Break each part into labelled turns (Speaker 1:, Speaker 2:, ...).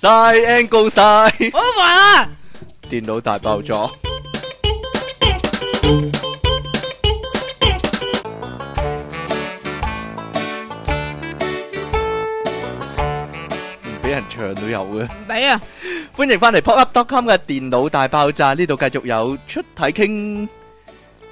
Speaker 1: 晒，angle 晒，
Speaker 2: 好煩啊！
Speaker 1: 電腦大爆炸。唔俾人唱都有嘅。
Speaker 2: 唔俾啊！
Speaker 1: 欢迎翻嚟 popup.com 嘅電腦大爆炸，呢度繼續有出體傾。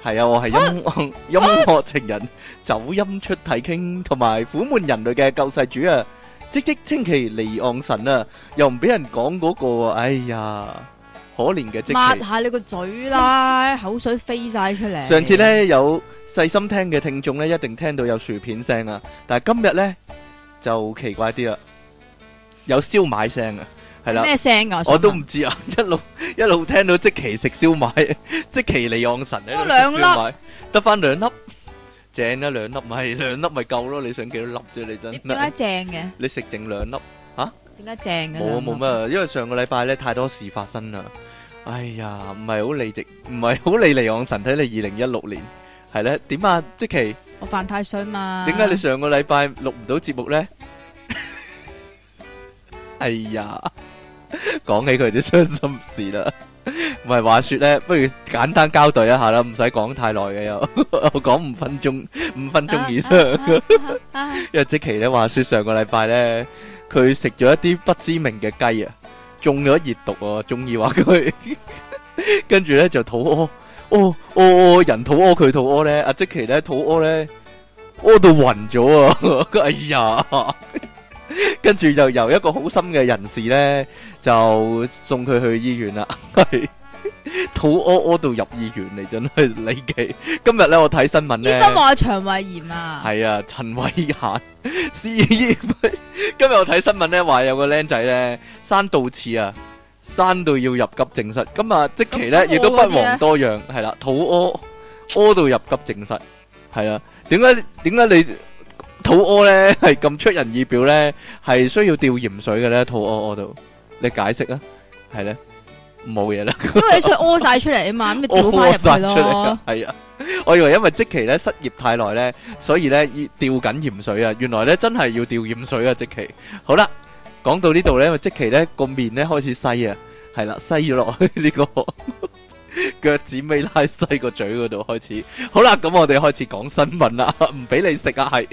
Speaker 1: 係啊，我係音 音樂情人，走音出體傾，同埋苦悶人類嘅救世主啊！即即稱其離岸神啊，又唔俾人講嗰、個啊，哎呀，可憐嘅即
Speaker 2: 抹
Speaker 1: 其。
Speaker 2: 下你個嘴啦，口水飛晒出嚟。
Speaker 1: 上次咧有細心聽嘅聽眾咧，一定聽到有薯片聲啊，但係今日咧就奇怪啲啦，有燒賣聲啊，係啦。
Speaker 2: 咩聲噶？
Speaker 1: 我都唔知啊， 一路一路聽到即期食燒賣， 即期離岸神喺度
Speaker 2: 都
Speaker 1: 啊食
Speaker 2: 兩粒
Speaker 1: 燒賣，得翻兩粒，正啦兩粒咪 兩粒咪夠咯，你想幾多粒啫？你
Speaker 2: 你
Speaker 1: 真
Speaker 2: 點解
Speaker 1: 係
Speaker 2: 正嘅？
Speaker 1: 你食剩兩粒，
Speaker 2: 點解正嘅？
Speaker 1: 冇啊冇。乜，因為上個禮拜咧太多事發生啦。哎呀，唔係好理直，唔係好理離岸神睇你二零一六年係咧點啊？即期
Speaker 2: 我犯太歲嘛？
Speaker 1: 點解你上個禮拜錄唔到節目咧？ 哎呀，講起佢啲傷心事啦。唔係話說咧，不如簡單交代一下啦，唔使講太耐嘅又， 我講五分鐘，五分鐘以上。
Speaker 2: 啊 啊啊
Speaker 1: 因為即期咧話說上個禮拜咧，佢食咗一啲不知名嘅雞啊，中咗熱毒喎，中意話佢，跟住咧就肚屙，屙屙屙，人肚屙佢肚屙咧，阿即期咧肚屙咧，屙到暈咗啊，哎 呀！跟住就由一個好心嘅人士咧，就送佢去醫院啦。 係肚屙屙到入醫院，你真係離奇。今日咧，我睇新聞
Speaker 2: 醫
Speaker 1: 咧。
Speaker 2: 生話腸胃炎啊，
Speaker 1: 系啊，陳慧娴司醫。今日我睇新聞咧，話有個僆仔咧生倒刺啊，生到要入急症室。咁啊，即期咧
Speaker 2: 咁
Speaker 1: 亦都不
Speaker 2: 肚屙嗰啲
Speaker 1: 遑
Speaker 2: 呢
Speaker 1: 多讓，係啦，肚屙屙到入急症室，係啊。點解點解你肚屙咧係咁出人意表咧？係需要吊鹽水嘅咧，肚屙屙到，你解釋啊？係咧，冇嘢啦。
Speaker 2: 因為你水屙晒出嚟啊嘛，咁
Speaker 1: 哦
Speaker 2: 咪掉翻入 去咯。
Speaker 1: 啊啊我以為因為即期呢，失業太耐呢，所以呢，要吊緊鹽水啊，原來呢，真係要吊鹽水啊，即期。好啦，講到呢度呢，因為即期呢，個面呢，開始細啊，係啦，細咗落去 呢個腳趾尾拉細個嘴嗰度開始。好啦，咁我哋開始講新聞啦， 唔俾你食啊，係。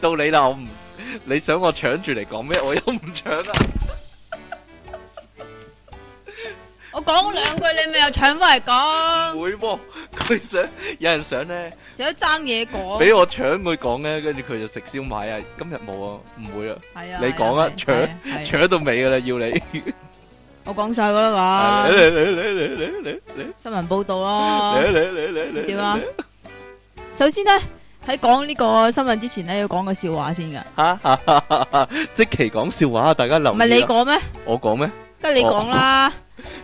Speaker 1: 到你啦，我唔-你想我搶住嚟講咩？我又唔搶啊。
Speaker 2: 我講兩句，你咪又搶翻嚟講，
Speaker 1: 唔會喎，佢想-有人想呢，
Speaker 2: 成日都爭嘢講。
Speaker 1: 俾我搶佢講咧，跟住佢就食燒賣啊！今日冇啊，唔會啊，
Speaker 2: 係啊，
Speaker 1: 你講啊
Speaker 2: 係係係
Speaker 1: 搶到尾噶啦，要你
Speaker 2: 我講晒噶啦
Speaker 1: 嚟
Speaker 2: 咁，
Speaker 1: 嚟嚟嚟嚟嚟嚟
Speaker 2: 新聞報導咯。
Speaker 1: 嚟嚟嚟嚟
Speaker 2: 點啊？首先咧，喺講呢個新聞之前咧，要講個笑話先噶。
Speaker 1: 嚇！即期講笑話，大家留
Speaker 2: 唔
Speaker 1: 意
Speaker 2: 係你
Speaker 1: 啦
Speaker 2: 講咩？
Speaker 1: 我講咩？
Speaker 2: 梗係你講啦。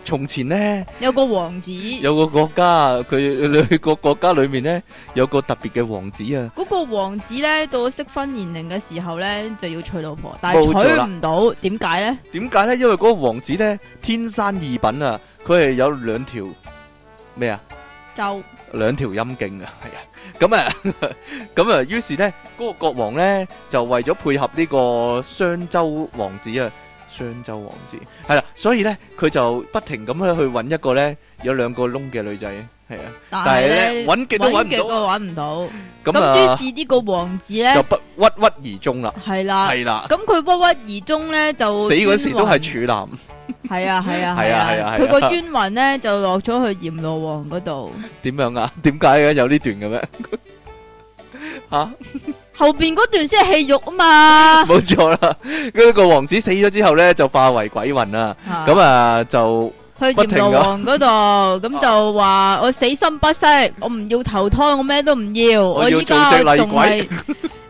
Speaker 1: 從前咧
Speaker 2: 有個王子，
Speaker 1: 哦有個國家，佢佢個國家裏面咧有個特別嘅王子啊，
Speaker 2: 嗰個王子咧到適婚年齡嘅時候咧就要娶老婆，但
Speaker 1: 冇
Speaker 2: 係
Speaker 1: 咗啦
Speaker 2: 娶唔到，點解咧？
Speaker 1: 點解咧？因為嗰個王子咧天生異品啊，佢係有兩條咩啊？
Speaker 2: 就
Speaker 1: 兩條陰莖啊，係啊，咁啊， 咁啊，於是呢，嗰、個國王呢，就為咗配合呢個商周王子啊，商周王子係啦，所以呢，佢就不停咁樣去揾一個呢，有兩個窿嘅女仔，係啊，
Speaker 2: 但
Speaker 1: 但係
Speaker 2: 係
Speaker 1: 呢，
Speaker 2: 咧
Speaker 1: 揾極都
Speaker 2: 揾極
Speaker 1: 揾唔
Speaker 2: 都揾唔到。
Speaker 1: 到，咁
Speaker 2: 咁
Speaker 1: 啊
Speaker 2: 於是呢個王子咧
Speaker 1: 就不鬱鬱而終啦，
Speaker 2: 係啦，
Speaker 1: 係啦，
Speaker 2: 咁佢鬱鬱而終咧就
Speaker 1: 死嗰時都係
Speaker 2: 冤
Speaker 1: 處男，
Speaker 2: 魂 係啊係
Speaker 1: 係啊
Speaker 2: 啊
Speaker 1: 係啊係啊
Speaker 2: 佢個冤魂咧就落咗去閻羅王嗰 度。
Speaker 1: 點樣啊？點解嘅有呢段嘅咩？ 嚇！
Speaker 2: 后边嗰段先系戲肉啊嘛，
Speaker 1: 冇錯啦，跟住個王子死咗之後呢，就化為鬼魂啦，咁
Speaker 2: 啊
Speaker 1: 啊就。
Speaker 2: 去
Speaker 1: 不
Speaker 2: 閻
Speaker 1: 停㗎
Speaker 2: 羅王嗰度，咁就話我死心不息，我唔要投胎，我咩都唔要，
Speaker 1: 我
Speaker 2: 我
Speaker 1: 要
Speaker 2: 依家
Speaker 1: 做隻厲
Speaker 2: 仲係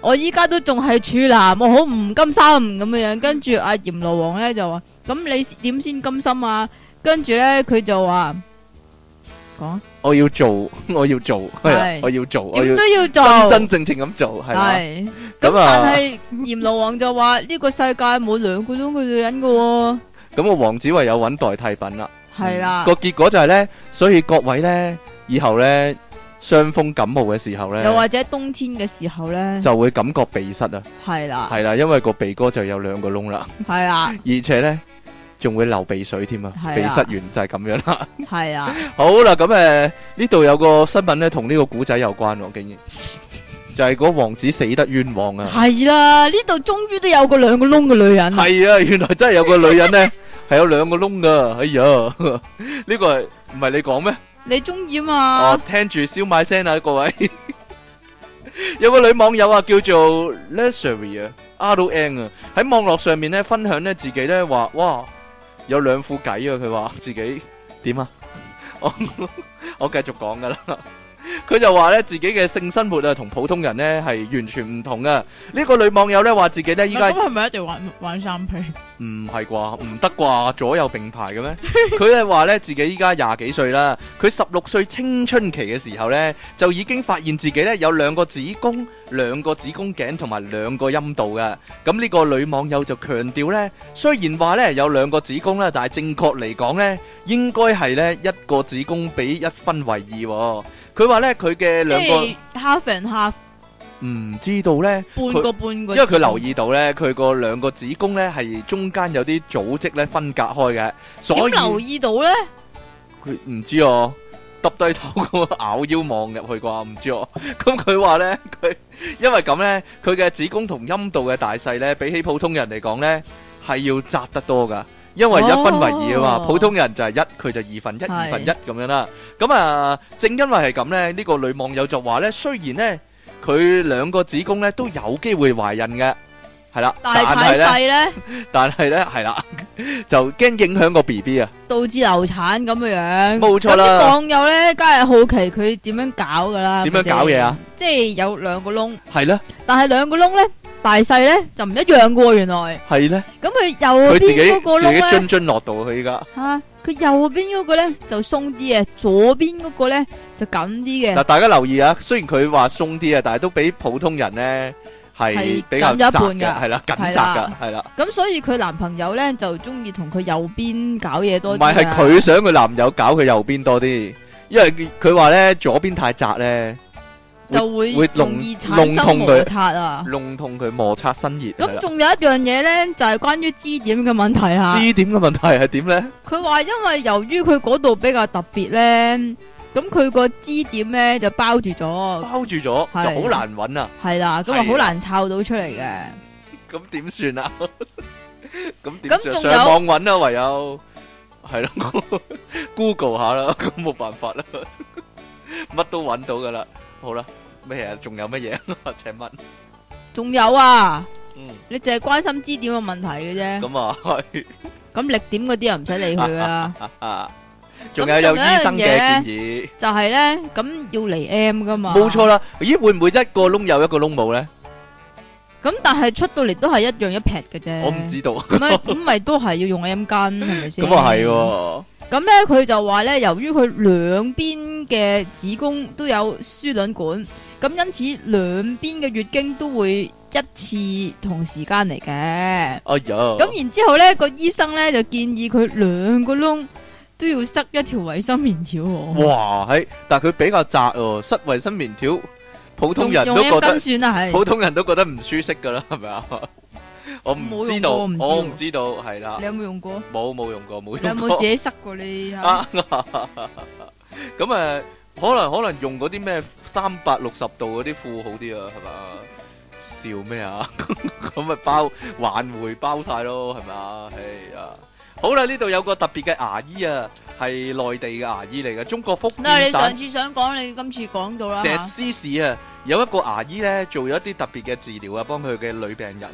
Speaker 2: 我依家都仲係處男，我好唔甘心咁樣样，跟住阿閻羅王咧就話：咁你點先甘心啊？跟住咧佢就話：講
Speaker 1: 我要做， 我要做，系啊
Speaker 2: 係，
Speaker 1: 我要做，我
Speaker 2: 點
Speaker 1: 要
Speaker 2: 都要做，
Speaker 1: 真真正正咁做，系啦，
Speaker 2: 係咁，
Speaker 1: 咁啊
Speaker 2: 但係閻羅王就話呢個世界冇兩個窿嘅女人嘅喎，
Speaker 1: 咁個王子唯有揾代替品啦，嗯
Speaker 2: 係啦
Speaker 1: 個。結果就係咧，所以各位咧，以後咧傷風感冒嘅時候咧，
Speaker 2: 又或者冬天嘅時候咧，
Speaker 1: 嗯就會感覺鼻塞啊，
Speaker 2: 係啦，
Speaker 1: 係啦，因為個鼻哥就有兩個窿啦，
Speaker 2: 係啦，
Speaker 1: 而且咧仲會流鼻水添啊，
Speaker 2: 係啊
Speaker 1: 鼻塞完就係咁樣啦。
Speaker 2: 係啦，
Speaker 1: 好啦，咁诶呢度有個新聞咧，同呢個古仔有關喎，竟然就係嗰王子死得冤枉啊！
Speaker 2: 係啦，呢度終於都有個兩個窿嘅女人 啊，
Speaker 1: 係啊，原來真係有個女人咧係有兩個窿噶，哎呀， 呢個係唔係你講咩？
Speaker 2: 你中意啊
Speaker 1: 哦
Speaker 2: 嘛？，
Speaker 1: 聽住燒賣聲啊，各位。 有個女網友啊，叫做 Lessery 啊，R N 啊，喺網絡上面咧分享咧自己咧話，哇，有兩副計啊，佢話自己點啊？ 我我繼續講噶啦。 佢就話咧自己嘅性生活啊，同普通人咧係完全唔同啊。呢、個女網友咧話自己咧依家
Speaker 3: 咁係咪一定玩玩三 P？
Speaker 1: 唔係啩？唔得啩？左右並排嘅咩？ 佢咧話咧自己依家廿幾歲啦，佢十六歲青春期嘅時候咧，就已經發現自己咧有兩個子宮、兩個子宮頸同埋兩個陰道嘅。咁呢個女網友就強調咧，雖然話咧有兩個子宮啦，但係正確嚟講咧，應該係咧一個子宮比一分為二喎。佢話咧佢嘅
Speaker 2: 即
Speaker 1: 兩個
Speaker 2: 係 half and half，
Speaker 1: 唔知道咧。
Speaker 2: 半個半個，
Speaker 1: 因為佢留意到咧，佢個兩個子宮咧係中間有啲組織咧分隔開嘅，所
Speaker 2: 點
Speaker 1: 以
Speaker 2: 留意到咧？
Speaker 1: 佢唔知我耷低頭咁樣咬腰望入去啩，唔知我。咁佢話咧，佢因為 咁咧，佢嘅子宮同陰道嘅大細咧，比起普通人嚟講咧，係要窄得多噶。因為一分為二啊嘛
Speaker 2: 哦
Speaker 1: 普通人就係一，佢就二分一、
Speaker 2: 係
Speaker 1: 二分一咁樣啦。咁啊，正因為係咁咧，呢、個女網友就話咧，雖然咧佢兩個子宮咧都有機會懷孕嘅，係啦，
Speaker 2: 但
Speaker 1: 但
Speaker 2: 係
Speaker 1: 係
Speaker 2: 太
Speaker 1: 咧，
Speaker 2: 細咧，
Speaker 1: 但係咧係啦， 就驚影響個 B B 啊，
Speaker 2: 導致流產咁嘅樣。
Speaker 1: 冇錯
Speaker 2: 咁
Speaker 1: 啦
Speaker 2: 啲網友咧，梗係好奇佢點樣搞噶啦？
Speaker 1: 點樣
Speaker 2: 係咪先
Speaker 1: 搞嘢啊？
Speaker 2: 即係有兩個窿，
Speaker 1: 係咧，
Speaker 2: 但係兩個窿咧大細咧就唔一樣嘅喎，原來。
Speaker 1: 係咧。
Speaker 2: 咁佢右
Speaker 1: 佢自己
Speaker 2: 邊嗰個窿
Speaker 1: 自己
Speaker 2: 咧。
Speaker 1: 津津樂道，佢依家
Speaker 2: 吓，佢右邊嗰個咧就鬆啲嘅，左邊嗰個咧就緊啲
Speaker 1: 嗱，
Speaker 2: 嘅，
Speaker 1: 大家留意啊，雖然佢話鬆啲啊，但係都比普通人咧係
Speaker 2: 係
Speaker 1: 比較
Speaker 2: 緊咗
Speaker 1: 窄
Speaker 2: 一半
Speaker 1: 嘅，
Speaker 2: 㗎
Speaker 1: 係啦，緊
Speaker 2: 係
Speaker 1: 窄㗎，
Speaker 2: 啦
Speaker 1: 係啦，
Speaker 2: 咁所以佢男朋友咧就中意同佢右邊搞嘢
Speaker 1: 唔
Speaker 2: 多啲啊。
Speaker 1: 係係佢想佢男友搞佢右邊多啲，因為佢佢話咧左邊太窄咧，
Speaker 2: 就會
Speaker 1: 會弄
Speaker 2: 容易
Speaker 1: 弄
Speaker 2: 產
Speaker 1: 痛
Speaker 2: 生
Speaker 1: 佢
Speaker 2: 摩擦啊。
Speaker 1: 弄痛佢摩擦新熱，係
Speaker 2: 咁
Speaker 1: 啦
Speaker 2: 仲有一樣嘢咧，就係關於支點嘅問題啦。
Speaker 1: 支點嘅問題係點咧？
Speaker 2: 佢話因為由於佢嗰度比較特別咧，咁佢個支點咧就包住咗，
Speaker 1: 包住咗就好
Speaker 2: 係
Speaker 1: 難揾啊，
Speaker 2: 係啦，咁
Speaker 1: 係啊
Speaker 2: 啊好難摷到出嚟嘅。
Speaker 1: 咁點算 啊？咁點
Speaker 2: 咁
Speaker 1: 算啊
Speaker 2: 仲有
Speaker 1: 上網揾啊，唯有係咯 ，Google 下 啦，咁冇辦法啦，乜都揾到噶啦。好啦，咩啊？仲有乜 嘢啊？請問，
Speaker 2: 仲有啊，
Speaker 1: 嗯，
Speaker 2: 你淨係關心支點嘅問題嘅啫，
Speaker 1: 咁 啊係
Speaker 2: 咁力點嗰啲又唔使理佢㗎 啦。
Speaker 1: 啊，仲
Speaker 2: 仲
Speaker 1: 有
Speaker 2: 有
Speaker 1: 有
Speaker 2: 一
Speaker 1: 醫生嘅
Speaker 2: 樣嘢
Speaker 1: 建議，
Speaker 2: 就係咧，咁要嚟 M 噶嘛，
Speaker 1: 冇錯。啦。咦，會唔會一個窿有一個窿冇咧？
Speaker 2: 咁但係出到嚟都係一樣一撇嘅啫。
Speaker 1: 我唔知道，咁
Speaker 2: 咁咪。咁咪都係要用 M 巾，係咪先？
Speaker 1: 啊係。喎，
Speaker 2: 咁咧佢就話咧，由於佢兩邊嘅子宮都有輸卵管，咁因此兩邊嘅月經都會一次同時間嚟嘅。
Speaker 1: 哎呀，
Speaker 2: 咁然之後咧，個醫生咧就建議佢兩個窿都要塞一條衞生棉條喎。
Speaker 1: 哇，係，但係佢比較窄喎，塞衞生棉條，普通
Speaker 2: 用
Speaker 1: 人
Speaker 2: 用
Speaker 1: 都
Speaker 2: M
Speaker 1: 覺得
Speaker 2: 巾。算啊啦，係。
Speaker 1: 普通人都覺得唔舒適噶啦，係咪啊？ 我唔知道，
Speaker 2: 冇用過
Speaker 1: 我
Speaker 2: 我
Speaker 1: 唔
Speaker 2: 唔
Speaker 1: 知道，係啦
Speaker 2: 你，有冇用過？
Speaker 1: 冇冇用過，冇
Speaker 2: 你
Speaker 1: 用
Speaker 2: 有冇
Speaker 1: 過
Speaker 2: 自。己塞過你？
Speaker 1: 啊， 咁誒，可能可能用嗰啲咩三百六十度嗰啲褲好啲啊，係咪啊？笑咩啊？ 咁咪包挽回包晒咯，係咪啊？哎呀，好啦，呢度有個特別嘅牙醫啊，係內地嘅牙醫嚟嘅，中國福
Speaker 2: 嗱，
Speaker 1: 建
Speaker 2: 你上
Speaker 1: 省
Speaker 2: 次想講，你今次講到啦
Speaker 1: 石
Speaker 2: 嚇
Speaker 1: 獅市啊，有一個牙醫咧做咗一啲特別嘅治療啊，幫佢嘅女病人。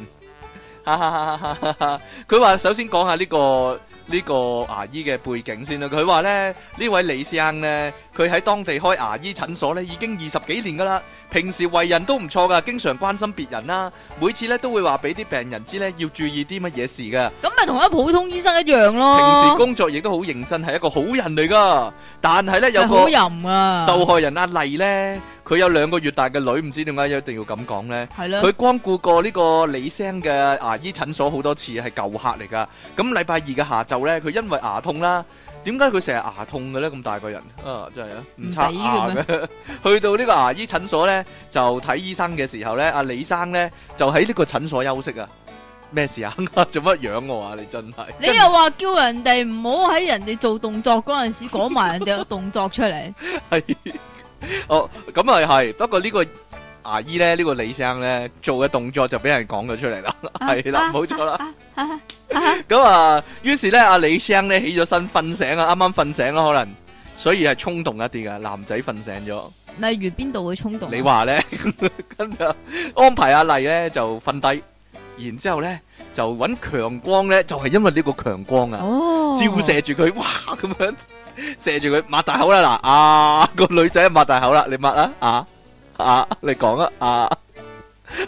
Speaker 1: 哈哈哈哈哈哈佢話首先講下呢、個呢、個牙醫嘅背景先啦。佢話咧呢位李先生咧，佢喺當地開牙醫診所咧已經二十幾年噶啦，平時為人都唔錯噶，經常關心別人啦，每次咧都會話俾啲病人知咧要注意啲乜嘢事噶。
Speaker 2: 咁咪同一普通醫生一樣
Speaker 1: 平時
Speaker 2: 咯，
Speaker 1: 工作亦都好認真，係一個好人嚟噶。但係咧有
Speaker 2: 係
Speaker 1: 個
Speaker 2: 好淫啊，
Speaker 1: 受害人阿麗呢，佢有兩個月大嘅女，唔知點解一定要咁講呢。
Speaker 2: 係啦，
Speaker 1: 佢光顧過呢個李聲嘅牙醫診所好多次，係舊客嚟噶。咁禮拜二嘅下晝呢，佢因為牙痛啦，點解佢成日牙痛嘅咧？咁大個人啊，真係啊，唔
Speaker 3: 唔
Speaker 1: 刷
Speaker 3: 俾
Speaker 1: 牙
Speaker 3: 嘅
Speaker 1: 嘅。 去到呢個牙醫診所咧，就睇醫生嘅時候咧，阿李生咧就喺呢個診所休息啊。咩事啊？ 做乜樣我話你真係
Speaker 2: 你又話叫人哋唔好喺人哋做動作嗰陣時講埋人哋嘅動作出嚟，
Speaker 1: 哦，咁咪係。不過呢個牙醫咧，呢個李生咧做嘅動作就俾人講咗出嚟啦。係啦，冇錯啦。咁啊，於是咧，阿李生咧起咗身瞓醒啊，啱啱瞓醒啦，可能，所以係衝動一啲噶，男仔瞓醒咗。
Speaker 2: 例如邊度會 衝動啊？
Speaker 1: 你話咧，跟住安排阿麗咧就瞓低，然之後咧就揾強光咧，就係、因為呢個強光啊，
Speaker 2: 哦，
Speaker 1: 照射住佢，哇咁樣射住佢，擘大口啦嗱，啊個女仔擘大口啦，你擘啊啊啊，你講啊啊，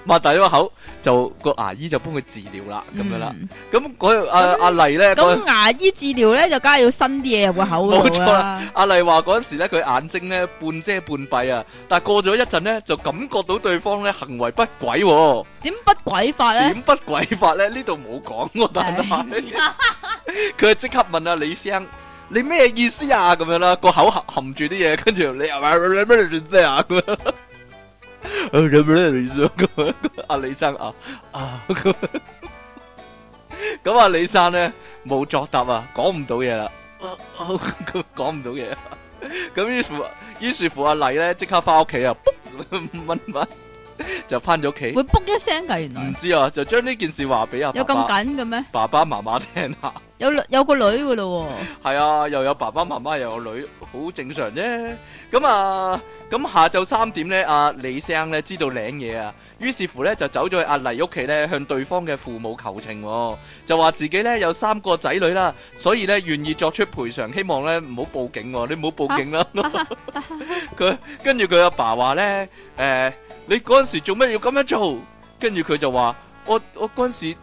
Speaker 1: 擘大咗個口就個牙醫就幫佢治療啦，咁樣啦，
Speaker 2: 嗯。
Speaker 1: 咁嗰阿阿麗咧，嗰
Speaker 2: 咁牙醫治療咧就梗係要新啲嘢入個口嗰度啊
Speaker 1: 冇錯
Speaker 2: 啦。
Speaker 1: 阿麗話嗰陣時咧，佢眼睛咧半遮半閉啊，但係過咗一陣咧，就感覺到對方咧行為不軌喎、
Speaker 2: 點不鬼法咧？
Speaker 1: 點不軌法咧？呢度冇講喎，但係佢就即刻問阿李生：你咩意思啊？咁樣啦，個口含含住啲嘢，跟住你又話咩啊？咁樣。 啊咁樣阿李生啊啊咁樣，咁阿李生咧冇作答啊，講唔到嘢啦， 啊啊咁講唔到嘢啊，咁於是乎，於是乎阿麗咧即刻翻屋企啊，嘣蚊蚊就翻咗屋企。
Speaker 2: 會卜一聲㗎，原
Speaker 1: 唔
Speaker 2: 來
Speaker 1: 知啊，就將呢件事話俾阿
Speaker 2: 嗯有
Speaker 1: 爸爸
Speaker 2: 咁緊嘅咩？
Speaker 1: 爸爸媽媽聽下。
Speaker 2: 有女有個女嘅咯
Speaker 1: 係啊，又有爸爸媽媽，又有女，好正常啫。咁啊，咁下晝三點咧，阿李生咧知道領嘢啊，於是乎咧就走咗去阿黎屋企咧，向對方嘅父母求情、喎，就話自己咧有三個仔女啦，所以咧願意作出賠償，希望咧唔好報警、喎，你唔好報警啦。 佢跟住佢阿爸話咧，誒、你嗰陣時做咩要咁樣做？跟住佢就話：我我嗰陣時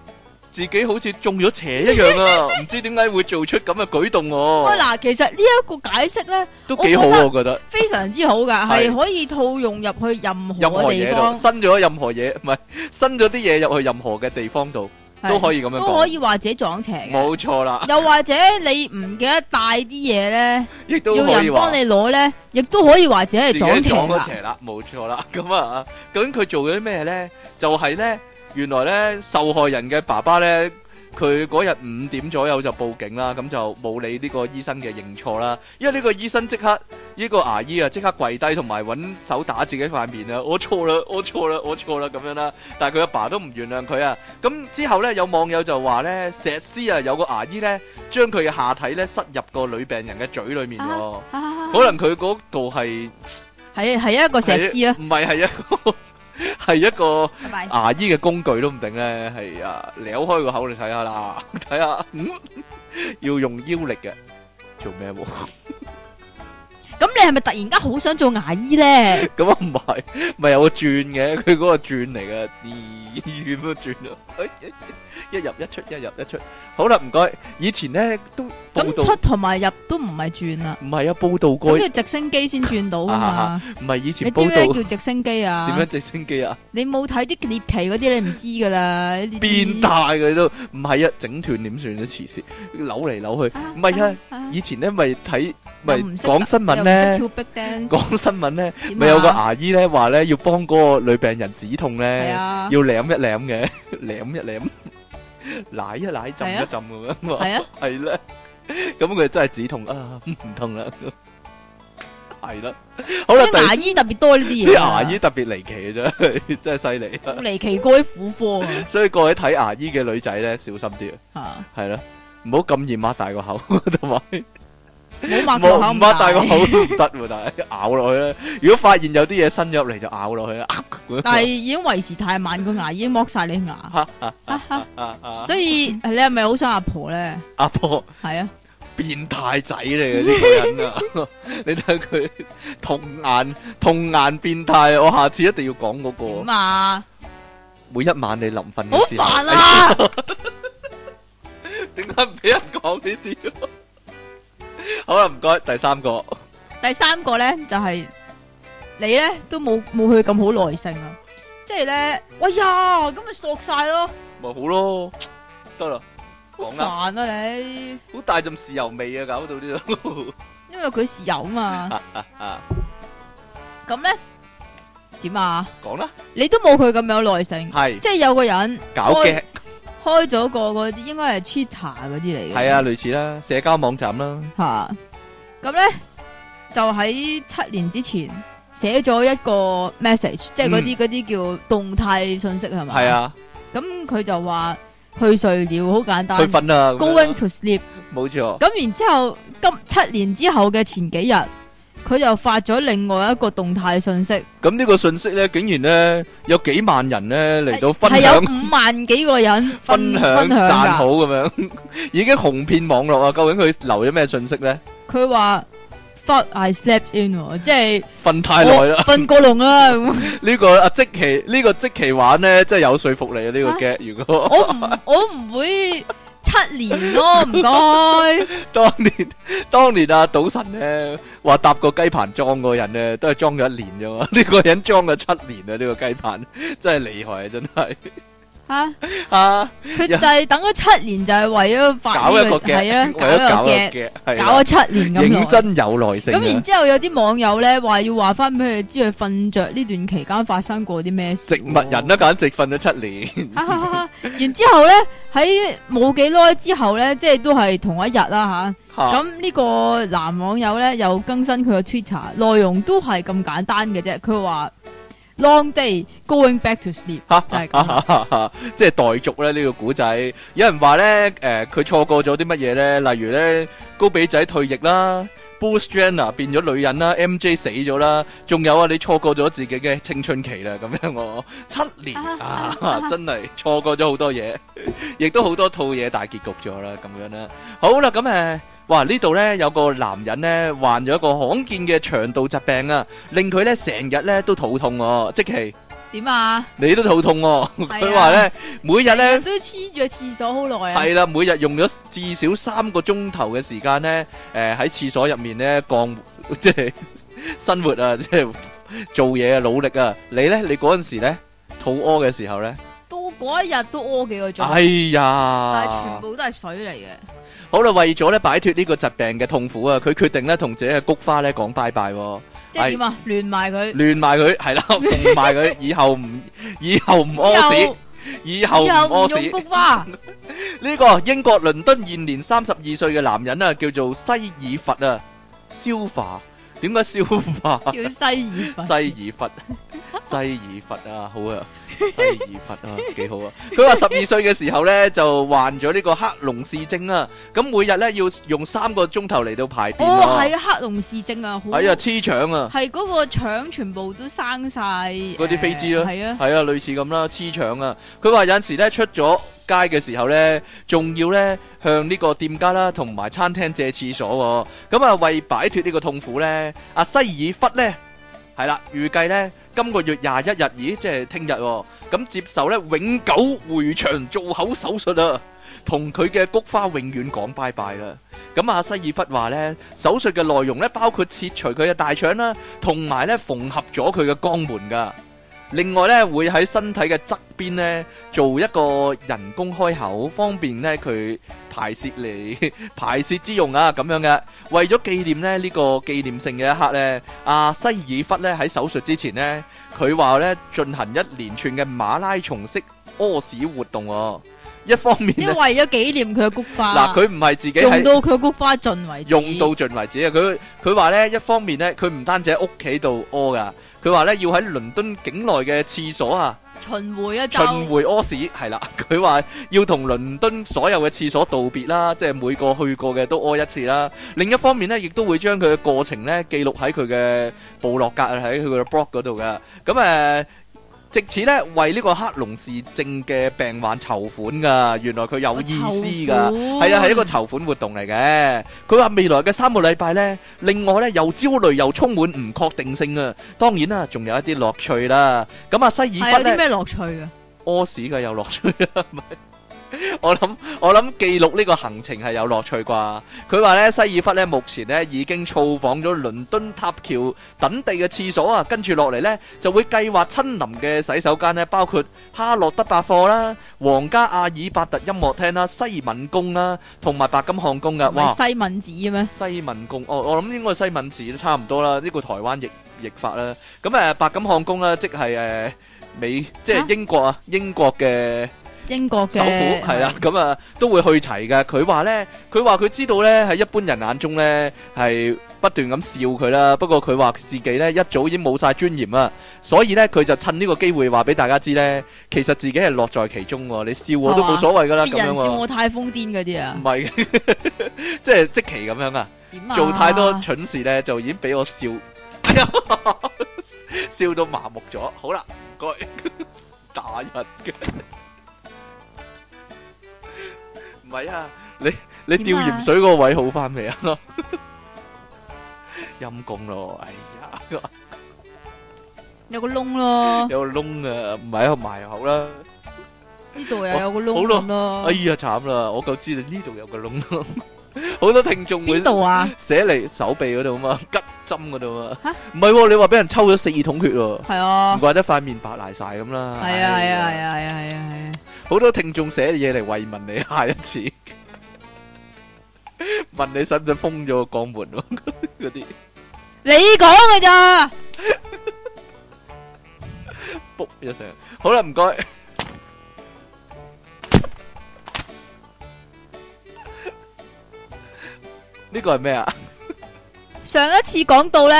Speaker 1: 自己好似中咗邪一樣啊，唔知點解會做出咁嘅舉動
Speaker 2: 喎。
Speaker 1: 喎、
Speaker 2: 喂，嗱，其實呢一個解釋咧
Speaker 1: 都幾好啊，我覺得。
Speaker 2: 非常之好㗎，係
Speaker 1: 係
Speaker 2: 可以套用入去任何
Speaker 1: 任何
Speaker 2: 嘅
Speaker 1: 嘢
Speaker 2: 地
Speaker 1: 度，
Speaker 2: 方，
Speaker 1: 伸咗任何嘢，唔係伸咗啲嘢入去任何嘅地方度，都可
Speaker 2: 以
Speaker 1: 以咁樣
Speaker 2: 都可
Speaker 1: 講。
Speaker 2: 以話自己撞邪嘅。
Speaker 1: 冇錯啦，
Speaker 2: 又或者你唔記得帶啲嘢咧，
Speaker 1: 亦都
Speaker 2: 要
Speaker 1: 可以
Speaker 2: 人
Speaker 1: 話
Speaker 2: 幫你攞咧，亦都可以話自己
Speaker 1: 自己
Speaker 2: 係撞邪
Speaker 1: 撞咗
Speaker 2: 㗎。
Speaker 1: 邪啦，冇錯啦。咁啊，究竟佢做咗啲咩咧？就係咧，原來咧受害人嘅爸爸咧。佢嗰日五點左右就報警啦，咁就冇理呢個醫生嘅認錯啦，因為呢個醫生即刻呢個牙醫啊即刻跪低同埋揾手打自己塊面啊，我錯啦，我錯啦，我錯啦咁樣啦，但係佢阿爸都唔原諒佢啊，咁之後呢，有網友就話呢，石獅啊有個牙醫呢，將佢嘅下體呢塞入個女病人嘅嘴裡面喎，
Speaker 2: 啊
Speaker 1: 可能佢嗰度係
Speaker 2: 係係一個石獅啊，
Speaker 1: 唔係係一個 係一個
Speaker 2: 拜拜。
Speaker 1: 牙醫嘅工具都唔定咧，係啊，撩開個口你睇下啦， 睇下，嗯，要用腰力嘅，做咩喎？
Speaker 2: 咁你係咪突然間好想做牙醫咧？
Speaker 1: 咁啊唔係，咪有個轉嘅， 佢嗰個轉嚟嘅， 咦咁樣轉啊，哎一入一出，一入一出，好啦，唔該，以前咧都報
Speaker 2: 咁出
Speaker 1: 道，
Speaker 2: 同埋入都唔係轉啦，
Speaker 1: 唔係啊，報道過，
Speaker 2: 咁
Speaker 1: 唔
Speaker 2: 要直升機先轉到噶嘛
Speaker 1: 啊？係以前
Speaker 2: 你知
Speaker 1: 報
Speaker 2: 唔知
Speaker 1: 道
Speaker 2: 咩叫直升機
Speaker 1: 點
Speaker 2: 啊
Speaker 1: 樣？直升機啊，
Speaker 2: 你冇睇啲獵奇嗰啲，你唔知噶啦。呢啲
Speaker 1: 變態嘅都唔係啊，整斷點算啊，慈善扭嚟扭去，唔係啊。，以前咧咪睇咪
Speaker 2: 又唔識
Speaker 1: 講新聞
Speaker 2: 咧，
Speaker 1: 咧，
Speaker 2: 跳 big dance，
Speaker 1: 講新聞 咧
Speaker 2: 點啊
Speaker 1: 咪有個牙醫咧話咧要幫嗰個女病人止痛
Speaker 2: 係
Speaker 1: 咧，
Speaker 2: 啊，
Speaker 1: 要舐一舐嘅， 舐一舐，舐一舐，浸
Speaker 2: 係啊
Speaker 1: 一浸咁樣嘛，
Speaker 2: 係啊，
Speaker 1: 係啦， 咁佢真係止痛啊， 唔痛啦，係啦，好啦，
Speaker 2: 啲牙
Speaker 1: 第
Speaker 2: 醫特別多呢啲
Speaker 1: 啲
Speaker 2: 嘢
Speaker 1: 牙
Speaker 2: 啊，
Speaker 1: 醫特別離奇嘅啫，真係 犀利，
Speaker 2: 好離奇過啲婦科啊
Speaker 1: 所以各位睇牙醫嘅女仔咧小心啲啊，
Speaker 2: 嚇，
Speaker 1: 係啦，唔好咁易擘大個口， 同埋。
Speaker 2: 冇擘個口
Speaker 1: 冇
Speaker 2: 咁
Speaker 1: 唔擘大個
Speaker 2: 大，
Speaker 1: 口都唔得喎，但係咬落去咧。如果發現有啲嘢伸入嚟就咬落去啦。
Speaker 2: 但係已經維持太慢，個牙已經剝晒你 牙，
Speaker 1: 啊啊
Speaker 2: 所以你係咪好想阿婆咧？
Speaker 1: 阿婆
Speaker 2: 係啊，
Speaker 1: 變態仔嚟嘅呢個人啊！ 你睇佢童顏童顏變態，我下次一定要講嗰
Speaker 2: 點
Speaker 1: 個。
Speaker 2: 啊？
Speaker 1: 每一晚你臨瞓
Speaker 2: 好
Speaker 1: 嘅時候，
Speaker 2: 煩啊！
Speaker 1: 哎點解唔俾人講呢啲？好啦，唔該，第三個
Speaker 2: 第三個咧就係、你咧都冇冇佢咁好耐性啊，即係咧，哎呀，咁咪索晒咯，
Speaker 1: 咪好咯，得啦，
Speaker 3: 好
Speaker 1: 講啦
Speaker 3: 煩啊你，
Speaker 1: 好大陣豉油味啊，搞到 呢度
Speaker 2: 因為佢豉油啊 嘛。咁咧點啊？
Speaker 1: 講啦，
Speaker 2: 你都冇佢咁有耐性，
Speaker 1: 係
Speaker 2: 即係有個人
Speaker 1: 搞
Speaker 2: 開
Speaker 1: 嘅，
Speaker 2: 開咗個嗰啲，應該係 cheater 嗰啲嚟嘅。
Speaker 1: 係啊，類似啦，社交網站啦，
Speaker 2: 吓，咁咧就喺七年之前寫咗一個 message，即係嗰啲嗰啲叫動態信息係咪？
Speaker 1: 嗯係，啊，
Speaker 2: 咁佢就話去睡了，好簡
Speaker 1: 去
Speaker 2: 單
Speaker 1: 瞓啦，咁樣
Speaker 2: ，going to sleep。
Speaker 1: 冇錯，
Speaker 2: 咁然之後，今七年之後嘅前幾日，佢又發咗另外一個動態信息，
Speaker 1: 咁呢個信息咧，竟然咧有幾萬人咧嚟到分
Speaker 2: 係
Speaker 1: 享。
Speaker 2: 有五萬幾個人
Speaker 1: 分享
Speaker 2: 分享
Speaker 1: 讚好
Speaker 2: 㗎。
Speaker 1: 咁 樣，已經紅遍網絡啊！究竟佢留咗咩信息咧？
Speaker 2: 佢話 thought I slept in，喎即係
Speaker 1: 瞓太耐
Speaker 2: 我
Speaker 1: 啦！
Speaker 2: 瞓過籠啦。咁
Speaker 1: 呢個阿即奇呢個即奇玩咧，真係有說服力啊！呢個
Speaker 2: 啊
Speaker 1: get 如 果
Speaker 2: 我唔我唔會七年咯，唔該。
Speaker 1: 當年當年啊賭神咧話搭個雞棚裝嗰個人咧，都係裝咗一年啫 嘛。呢個人裝咗七年啊！呢個雞棚真係厲害啊！真係
Speaker 2: 吓，
Speaker 1: 啊，
Speaker 2: 佢就係等咗七年，就係啊為咗發
Speaker 1: 搞
Speaker 2: 呢
Speaker 1: 一個
Speaker 2: 個係
Speaker 1: get，
Speaker 2: 啊
Speaker 1: 為，
Speaker 2: 搞
Speaker 1: 咗搞
Speaker 2: 一
Speaker 1: 一
Speaker 2: 個
Speaker 1: 個
Speaker 2: get，
Speaker 1: get，係啦
Speaker 2: 搞咗七年咁
Speaker 1: 認
Speaker 2: 耐。
Speaker 1: 真有耐性
Speaker 2: 咁然
Speaker 1: 啊！
Speaker 2: 之後有啲網友咧話要話翻俾佢知，佢瞓着呢段期間發生過啲咩事。
Speaker 1: 植物人啦，簡直瞓咗七年。
Speaker 2: 哈哈哈！然之後咧喺冇幾耐之後咧，即係都係同一日
Speaker 1: 啊
Speaker 2: 啦吓。
Speaker 1: 嚇
Speaker 2: 咁呢個男網友咧又更新佢嘅 Twitter，內容都係咁簡單嘅啫。佢話 long day going back to sleep 就係咁。
Speaker 1: 即係代續咧呢個古仔。有人話咧，誒、佢錯過咗啲乜嘢咧？例如咧，高比仔退役啦。Bruce Jenner 變咗女人啦，MJ 死咗啦，仲有啊，你錯過咗自己嘅青春期啦，咁樣我 七年啊
Speaker 2: 啊，
Speaker 1: 真係錯過咗好多嘢，亦都好多套嘢大結局咗啦，咁樣啦。好啦，咁誒、哇呢度呢有個男人呢患咗一個罕見嘅腸道疾病啊，令佢呢成日呢都肚痛喎、即其。
Speaker 2: 點啊？
Speaker 1: 你都肚痛喎、
Speaker 2: 係
Speaker 1: 佢
Speaker 2: 啊
Speaker 1: 話咧，每日
Speaker 2: 成日
Speaker 1: 咧
Speaker 2: 都黐住廁所好耐啊。
Speaker 1: 係啦，每日用咗至少三個鐘頭嘅時間咧，誒、喺廁所入面咧降， 即係生活啊，即 係做嘢啊，努力啊。你咧，你嗰陣時咧肚屙嘅時候咧，
Speaker 2: 到嗰一日都屙幾個鐘，
Speaker 1: 哎
Speaker 2: 但係啊全
Speaker 1: 呀！
Speaker 2: 部都係水嚟嘅。
Speaker 1: 好啦，為咗咧擺脱呢個疾病嘅痛苦啊，佢決定咧同自己嘅菊花咧講拜拜喎，
Speaker 2: 即係點啊？亂埋佢，
Speaker 1: 亂埋佢係啦， 縫埋佢，以後唔以後唔屙屎，
Speaker 2: 又
Speaker 1: 以後唔
Speaker 2: 又唔
Speaker 1: 屙屎
Speaker 2: 用。菊 花，
Speaker 1: 呢個英國倫敦現年三十二歲嘅男人啊，叫做西爾佛啊，消化點解消 化？
Speaker 2: 叫西爾粉。
Speaker 1: 西爾佛，西爾佛啊，好啊，西爾佛 啊，幾好啊！佢話十二歲嘅時候呢，就患咗呢個黑龍氏症啊，咁每日呢，要用三個鐘頭嚟到排便
Speaker 2: 哦，
Speaker 1: 啊，
Speaker 2: 係啊黑龍氏症啊，好
Speaker 1: 係啊，黐腸啊，
Speaker 2: 係嗰個腸全部都生晒嗰
Speaker 1: 嗰啲飛枝咯
Speaker 2: 係啊，
Speaker 1: 係啊，類似咁啦，黐腸啊。佢話有陣時呢，出咗街嘅時候呢，仲要呢向呢個店家啦同埋餐廳借廁所喎。咁啊，為擺脱呢個痛苦呢，阿西爾忽呢，係啦，預計呢今個月廿一日，咦，即係聽日喎，咁接受呢永久回腸造口手術啊！同佢嘅菊花永遠講拜拜啦。咁阿西爾忽話呢，手術嘅內容呢，包括切除佢嘅大腸啦，同埋呢縫合咗佢嘅肛門噶。另外呢，會喺身體嘅側邊呢做一個人工開口，方便呢佢排泄嚟 排泄之用啊，咁樣嘅。為咗紀念呢呢、個紀念性嘅一刻呢，阿、西爾忽呢喺手術之前呢，佢話呢進行一連串嘅馬拉松式屙屎活動、喎，一方面
Speaker 2: 即
Speaker 1: 呢
Speaker 2: 係為咗紀念佢嘅菊花。
Speaker 1: 嗱，佢唔係自己
Speaker 2: 用
Speaker 1: 係
Speaker 2: 到佢菊花盡為止。
Speaker 1: 用到盡為止啊！佢佢話咧，一方面咧，佢唔單止喺屋企度屙噶，佢話咧要喺倫敦境內嘅廁所啊
Speaker 2: 巡迴一
Speaker 1: 巡
Speaker 2: 周，
Speaker 1: 迴屙屎，係啦。 佢話要同倫敦所有嘅廁所道別啦，即係每個去過嘅都屙一次啦。另一方面咧，亦都會將佢嘅過程咧記錄喺佢嘅部落格喺佢嘅 blog 嗰度噶。咁誒。呃藉此咧為呢個黑龍氏症嘅病患籌款噶，原來佢有
Speaker 2: 我
Speaker 1: 意
Speaker 2: 籌
Speaker 1: 思㗎。
Speaker 2: 款
Speaker 1: 係啊，係一個籌款活動嚟嘅。佢話未來嘅三個禮拜呢，另外呢又焦慮又充滿唔確定性啊。當然啦，仲有一啲樂趣啦。咁啊，西爾
Speaker 2: 係
Speaker 1: 忽
Speaker 2: 有啲
Speaker 1: 呢，
Speaker 2: 咩樂趣啊？
Speaker 1: 屙屎嘅有樂趣啊，我諗我諗記錄呢個行程係有樂趣啩。佢話呢，西爾弗呢目前呢已經造訪咗倫敦塔橋等地嘅廁所啊，跟住落嚟呢，就會計劃親臨嘅洗手間呢，包括哈洛德百貨啦、皇家阿爾伯特音樂廳啦、西敏宮啦，同埋白金漢宮啊。
Speaker 2: 唔
Speaker 1: 哇！
Speaker 2: 係西敏寺嘅咩？
Speaker 1: 西敏宮，哦，我諗應該西敏寺都差唔多啦，呢、個台灣譯譯法啦。咁誒、白金漢宮啦，即係誒、美，即
Speaker 2: 啊
Speaker 1: 係英國啊，英國嘅
Speaker 2: 英國
Speaker 1: 首
Speaker 2: 嘅
Speaker 1: 府係啦，，咁啊都會去齊嘅。佢話呢，佢話佢知道呢，喺一般人眼中呢，係不斷咁笑佢啦，不過佢話自己呢，一早已經冇晒尊嚴啦，所以呢，佢就趁呢個機會話俾大家知呢，其實自己係樂在其中喎，你笑我都冇所謂噶啦，咁
Speaker 2: 啲
Speaker 1: 樣
Speaker 2: 人笑
Speaker 1: 喎，
Speaker 2: 我太瘋癲嗰啲啊
Speaker 1: 唔，係 嘅即係即期咁樣啊。
Speaker 2: 點啊？
Speaker 1: 做太多蠢事咧，就已經俾我笑， 哎呀，笑到麻木咗。好啦，唔該 打人嘅，唔係啊，你你
Speaker 2: 點
Speaker 1: 吊
Speaker 2: 啊
Speaker 1: 鹽水嗰個位好翻未啊？ 陰公咯，哎呀，
Speaker 2: 有個窿 咯，
Speaker 1: 有個窿啊，唔係啊，埋口啦，
Speaker 2: 呢度又有個
Speaker 1: 好
Speaker 2: 窿
Speaker 1: 咯
Speaker 2: 咁
Speaker 1: 哎
Speaker 2: 咯，
Speaker 1: 呀，慘啦，我夠知你呢度有個窿咯， 好多聽眾會
Speaker 2: 邊度啊？
Speaker 1: 寫嚟手臂嗰度啊嘛，吉針嗰度啊
Speaker 2: 吓
Speaker 1: 嘛，唔係喎，你話俾人抽咗四桶血喎。
Speaker 2: 係啊
Speaker 1: 唔，怪得塊面白賴晒咁啦。
Speaker 2: 係啊，係啊，係啊，係啊，係啊，係啊，
Speaker 1: 好多聽眾寫嘢嚟慰問你，下一次 問你使唔使封咗個江門喎 嗰啲
Speaker 2: 你講嘅咋？
Speaker 1: 卜一聲。好啦，唔該。 呢個係咩啊？
Speaker 2: 上一次講到咧，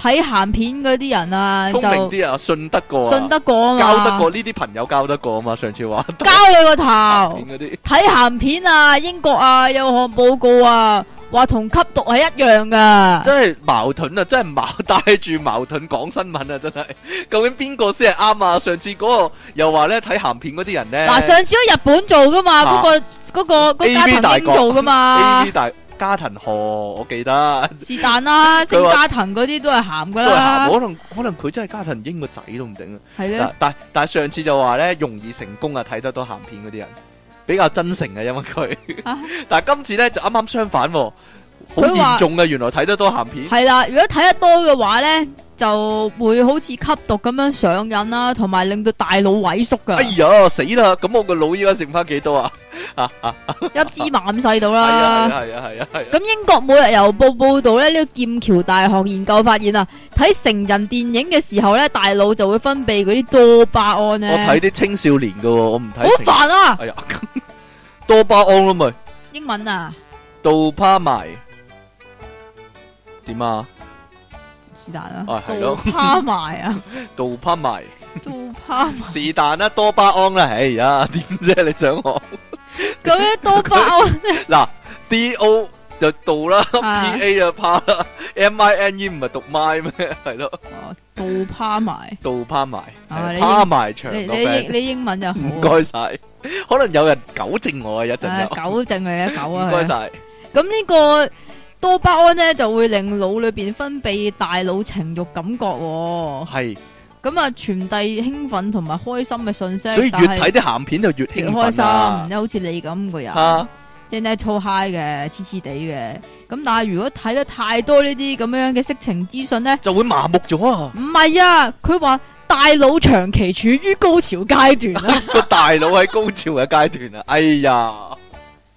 Speaker 2: 睇鹹片嗰啲人啊，
Speaker 1: 聰明
Speaker 2: 就
Speaker 1: 啲啊，信得過啊，
Speaker 2: 信得過啊嘛，
Speaker 1: 交得過呢啲朋友交得過啊嘛。上次話
Speaker 2: 交你個頭
Speaker 1: 片。嗰啲
Speaker 2: 睇鹹片啊，英國啊有項報告啊，話同吸毒係一樣噶。
Speaker 1: 真係矛盾啊！真係矛帶住矛盾講新聞啊！真係，究竟邊個先係啱啊？上次嗰個又話咧睇鹹片嗰啲人咧，
Speaker 2: 嗱，上次喺日本做噶嘛，
Speaker 1: 啊
Speaker 2: 嗰個嗰個嗰
Speaker 1: AV
Speaker 2: 家
Speaker 1: 大
Speaker 2: 藤英
Speaker 1: 國
Speaker 2: 做噶
Speaker 1: A
Speaker 2: 嘛
Speaker 1: V，大加藤河，我記得
Speaker 2: 是但啦，
Speaker 1: 佢
Speaker 2: 星
Speaker 1: 話
Speaker 2: 加藤嗰啲都 係啊
Speaker 1: 都
Speaker 2: 鹹噶
Speaker 1: 係
Speaker 2: 啦
Speaker 1: 鹹，，可能可能佢真係加藤英個仔都唔定啊！
Speaker 2: 係咧
Speaker 1: 嗱，但但上次就話咧容易成功啊，睇得多鹹片嗰啲人比較真誠啊，因為佢
Speaker 2: 啊，
Speaker 1: 但今次咧就啱啱相反喎，好
Speaker 2: 佢話
Speaker 1: 嚴重啊！原來睇得多鹹片，
Speaker 2: 係啊啦。如果睇得多嘅話咧，就會好似吸毒咁樣上癮啦，同埋令到大腦萎縮噶
Speaker 1: 哎，呀死啦！咁我個腦依家剩翻幾多啊？
Speaker 2: 一支馬咁細到
Speaker 1: 係
Speaker 2: 啦
Speaker 1: 啊。係啊係啊係啊！
Speaker 2: 咁英國每日郵報報導咧，呢、個劍橋大學研究發現啊，睇成人電影嘅時候咧，大腦就會分泌嗰啲多巴胺咧，
Speaker 1: 我睇啲青少年噶喎，我唔睇。
Speaker 2: 好煩啊！
Speaker 1: 哎呀，多巴胺咯咪，
Speaker 2: 英文啊，
Speaker 1: 杜巴埋點啊？
Speaker 2: 是但啦，
Speaker 1: 啊係咯
Speaker 2: 都趴埋 啊，
Speaker 1: 杜巴埋
Speaker 2: 都趴埋。
Speaker 1: 是但啦，多巴胺啦，哎呀，點啫？你想我
Speaker 2: 咁咧多巴
Speaker 1: 哦
Speaker 2: 胺
Speaker 1: 嗱，D O 就杜啦
Speaker 2: 啊
Speaker 1: ，P A 就怕啦，M I N E 唔係讀 my 咩？係咯，
Speaker 2: 哦都趴埋，
Speaker 1: 杜巴埋，
Speaker 2: 啊
Speaker 1: 係
Speaker 2: 你
Speaker 1: 趴埋長
Speaker 2: 你
Speaker 1: 個
Speaker 2: 你英
Speaker 1: 病，
Speaker 2: 你英文就好
Speaker 1: 唔
Speaker 2: 啊，
Speaker 1: 該晒。可能有人糾正我啊，一陣有，
Speaker 2: 唉狗正嚟嘅狗
Speaker 1: 唔
Speaker 2: 啊，
Speaker 1: 該
Speaker 2: 佢
Speaker 1: 晒。
Speaker 2: 咁呢個多巴胺咧就會令腦裏邊分泌大腦情慾感覺喎。
Speaker 1: 係，
Speaker 2: 咁啊，傳遞興奮同埋開心嘅信息，
Speaker 1: 所以越
Speaker 2: 但係
Speaker 1: 睇啲鹹片就越
Speaker 2: 越
Speaker 1: 興
Speaker 2: 開
Speaker 1: 奮
Speaker 2: 心，
Speaker 1: 啊
Speaker 2: 即係好似你咁個人，
Speaker 1: 嚇。
Speaker 2: 即係 too high 嘅，黐黐地嘅。咁但係如果睇得太多呢啲咁樣嘅色情資訊咧，
Speaker 1: 就會麻木咗啊！
Speaker 2: 唔係啊，佢話大腦長期處於高潮階段 啊啦，
Speaker 1: 個大佬喺高潮嘅階段啊！哎呀，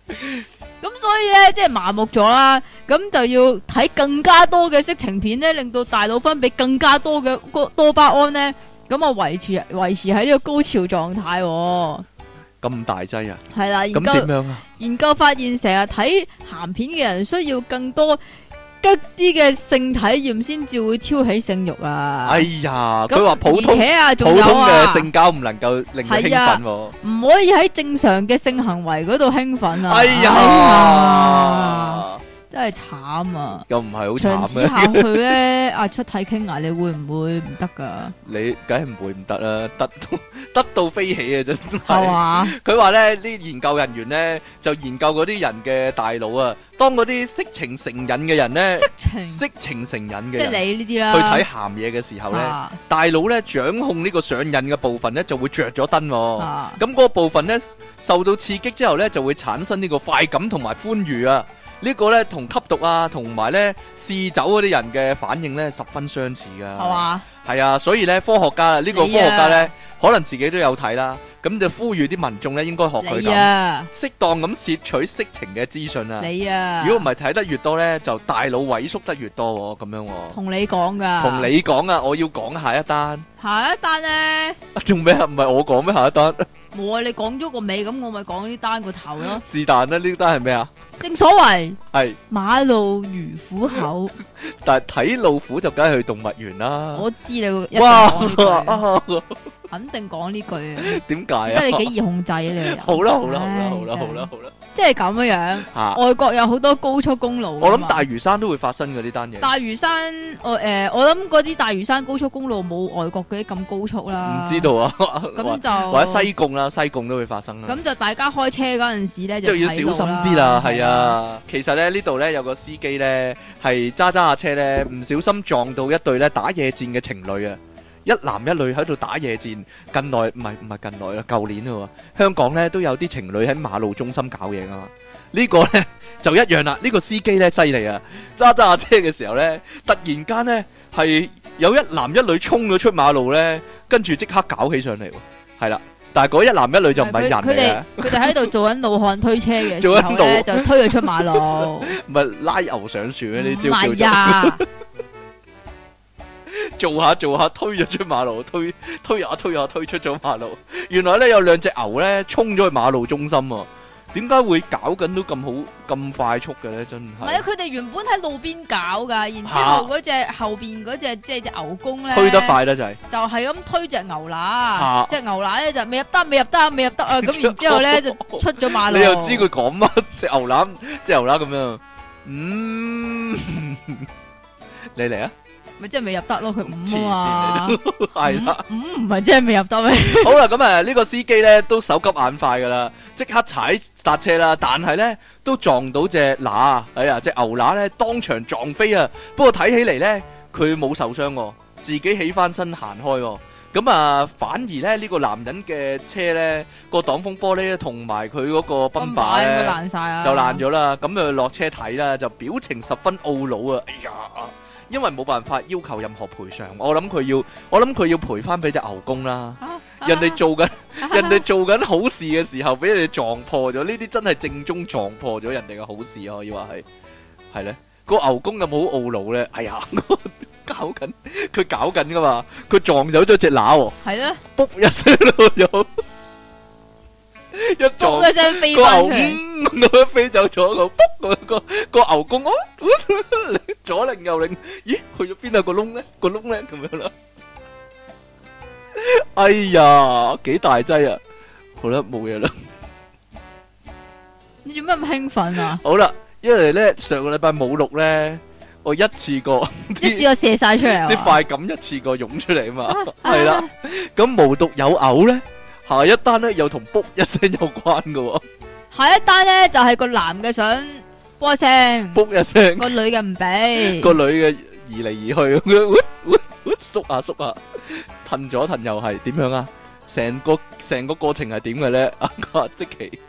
Speaker 2: 咁所以咧即係麻木咗啦，咁就要睇更加多嘅色情片咧，令到大腦分泌更加多嘅多多巴胺咧，咁啊維持維持喺呢個高潮狀態、喎。
Speaker 1: 咁大劑啊！
Speaker 2: 係啦，研
Speaker 1: 咁
Speaker 2: 究
Speaker 1: 點。樣啊？
Speaker 2: 研究發現，成日睇鹹片嘅人需要更多激啲嘅性體驗先至會挑起性慾啊！
Speaker 1: 哎呀，
Speaker 2: 咁
Speaker 1: 佢話普通
Speaker 2: 而且啊，
Speaker 1: 普
Speaker 2: 仲
Speaker 1: 通
Speaker 2: 有啊
Speaker 1: 嘅，性交唔能夠令佢興
Speaker 2: 係啊
Speaker 1: 奮喎。
Speaker 2: 唔可以喺正常嘅性行為嗰度興奮啊！
Speaker 1: 哎
Speaker 2: 哎呀
Speaker 1: 呀，
Speaker 2: 真係慘啊！
Speaker 1: 又唔係
Speaker 2: 長
Speaker 1: 好
Speaker 2: 此
Speaker 1: 慘
Speaker 2: 下
Speaker 1: 嘅，
Speaker 2: 去咧， 阿出體傾牙，你會唔會唔得噶？
Speaker 1: 你梗係唔會唔得啦，得到得到飛起啊，真
Speaker 2: 係
Speaker 1: 係。
Speaker 2: 嘛？
Speaker 1: 佢話咧，啲研究人員咧就研究嗰啲人嘅大腦啊，當嗰啲色情成癮嘅人咧，
Speaker 2: 色情，
Speaker 1: 色情成癮
Speaker 2: 即
Speaker 1: 嘅人
Speaker 2: 係你呢啲
Speaker 1: 去
Speaker 2: 啦。
Speaker 1: 睇鹹嘢嘅時候咧，
Speaker 2: 啊
Speaker 1: 大腦咧掌控呢個上癮嘅部分咧就會着咗燈喎。
Speaker 2: 啊
Speaker 1: 咁嗰部分呢，受到刺激之後呢，就會產生呢個快感同埋歡愉啊！呢個呢，同吸毒啊，同埋呢試酒嗰啲人嘅反應呢，十分相似噶。
Speaker 2: 係？嘛？
Speaker 1: 係啊，所以呢，科學家呢、個科
Speaker 2: 你啊
Speaker 1: 學家呢，可能自己都有睇啦。咁就呼籲啲民眾呢，應該學佢
Speaker 2: 你
Speaker 1: 咁，
Speaker 2: 啊，
Speaker 1: 適當咁攝取色情嘅資訊啊。
Speaker 2: 你啊，
Speaker 1: 如果唔係睇得越多呢，就大腦萎縮得越多喎，咁樣喎。
Speaker 2: 同你講噶，
Speaker 1: 同你講啊，我要講下一單。
Speaker 2: 下一單咧，
Speaker 1: 做咩啊？唔係我講咩？下一單
Speaker 2: 冇啊！你講咗個尾，咁我咪講呢單個頭咯。
Speaker 1: 是但啦，呢單係咩啊？
Speaker 2: 正所謂
Speaker 1: 係。
Speaker 2: 馬路如虎口，
Speaker 1: 但系睇老虎就梗係去動物園啦。
Speaker 2: 我知你會一定
Speaker 1: 嗯哇！
Speaker 2: 講呢句，肯定講呢句啊！
Speaker 1: 點解
Speaker 2: 點解
Speaker 1: 啊？
Speaker 2: 你幾易控制啊？你個人
Speaker 1: 好啦好啦
Speaker 2: 唉
Speaker 1: 好啦好啦好啦好啦
Speaker 2: 即係咁樣
Speaker 1: 吓！
Speaker 2: 樣，外國有好多高速公路㗎啊嘛。
Speaker 1: 啊我諗啊大嶼山都會發生嘅呢單嘢，
Speaker 2: 大嶼山，我诶、我諗嗰啲大嶼山高速公路冇外國嗰啲咁高速啦。
Speaker 1: 唔知，道啊，
Speaker 2: 咁
Speaker 1: 或
Speaker 2: 就
Speaker 1: 或者西貢啦，西貢都會發生啦，
Speaker 2: 咁就大家開車嗰陣時咧，
Speaker 1: 即係要
Speaker 2: 睇到
Speaker 1: 小心啲啦，係。啊。其實咧呢度咧有個司機咧係揸揸下車咧，唔小心撞到一對咧打野戰嘅情侶啊。一男一女喺度打野戰，近來唔係唔係近來啦，舊年啦喎，香港咧都有啲情侶喺馬路中心搞嘢噶嘛。呢個呢， 就一樣啦，呢、個司機呢，犀利啊！揸揸下車嘅時候呢，突然間呢，係有一男一女衝咗出馬路呢，跟住即刻搞起上嚟喎，係啦。但係嗰一男一女就唔係
Speaker 2: 佢
Speaker 1: 人
Speaker 2: 佢
Speaker 1: 嚟啊嘅
Speaker 2: 哋，佢哋喺度做緊老漢推車嘅
Speaker 1: 做
Speaker 2: 時
Speaker 1: 緊
Speaker 2: 候
Speaker 1: 老
Speaker 2: 咧，就推佢出馬路。
Speaker 1: 唔係拉牛上樹嘅呢
Speaker 2: 唔
Speaker 1: 招叫做。
Speaker 2: 係啊，
Speaker 1: 做下做下推咗出馬路，推推下推下推出咗馬路。原來咧有兩隻牛咧衝咗去馬路中心喎。點解會搞緊都咁好咁快速嘅咧？真
Speaker 2: 唔係啊，
Speaker 1: 係
Speaker 2: 佢哋原本喺路邊搞噶，然之後嗰只後邊嗰只即係只牛公咧，
Speaker 1: 推得，快得滯，
Speaker 2: 就係咁推只牛
Speaker 1: 啊
Speaker 2: 乸，只牛乸咧就未入得，未入得，未入得 啊！咁然之後咧就出咗馬路，
Speaker 1: 你又知佢講乜？只牛腩，只牛腩咁樣。嗯， 你嚟啊！
Speaker 2: 咪即係未入得咯，佢
Speaker 1: 黐線
Speaker 2: 五啊嘛。
Speaker 1: 係啦，
Speaker 2: 五五唔係真係未入得咩？
Speaker 1: 好啦，咁啊呢個司機咧都手急眼快噶啦，即刻踩剎車啦，但係咧都撞到只乸，哎呀只牛乸咧當場撞飛啊！不過睇起嚟咧佢冇受傷喎，自己起翻身行開喎。咁啊，反而咧呢、個男人嘅車咧個擋風玻璃咧同埋佢嗰個賓霸
Speaker 2: 應該
Speaker 1: 咧。
Speaker 2: 爛晒啊！
Speaker 1: 就爛咗啦。咁就落車睇啦，就表情十分懊惱啊！哎呀，因為冇辦法要求任何賠償，我諗佢要，我諗佢要賠翻俾只牛公啦。
Speaker 2: 咗
Speaker 1: 人哋做緊，人哋
Speaker 2: 哋
Speaker 1: 做緊好事嘅時候，俾你撞破咗，呢啲真係正宗撞破咗人哋嘅好事啊可以話係係咧。個牛公有冇好懊惱咧？ 哎呀，我搞緊，佢搞緊噶嘛，佢撞走咗只乸喎，
Speaker 2: 係咧，
Speaker 1: 卜一聲咯，有 一撞
Speaker 2: 卜一聲飛
Speaker 1: 個
Speaker 2: 翻
Speaker 1: 牛
Speaker 2: 出嚟，
Speaker 1: 嗯咁樣飛走咗個，卜個個個牛公 哦，左擰右擰，咦去咗邊啊個窿咧？個窿咧咁樣啦。哎呀，幾大劑啊！好啦，冇嘢啦。
Speaker 2: 你做咩咁興奮啊？
Speaker 1: 好啦，因為咧上個禮拜冇錄咧，我一次過
Speaker 2: 一試過射晒出嚟啊
Speaker 1: 啲快感一次過湧出嚟啊
Speaker 2: À,
Speaker 1: 嘛，係啦。咁無獨有偶咧，下一單咧又同卜一聲有關嘅喎，
Speaker 2: 下一單咧就係個男嘅想波聲，
Speaker 1: 卜一聲。
Speaker 2: 個女嘅 唔俾。
Speaker 1: 個女嘅移嚟移去咁樣，縮下縮下，褪左褪右係點樣啊？成個成個過程係點嘅咧？ 阿阿即奇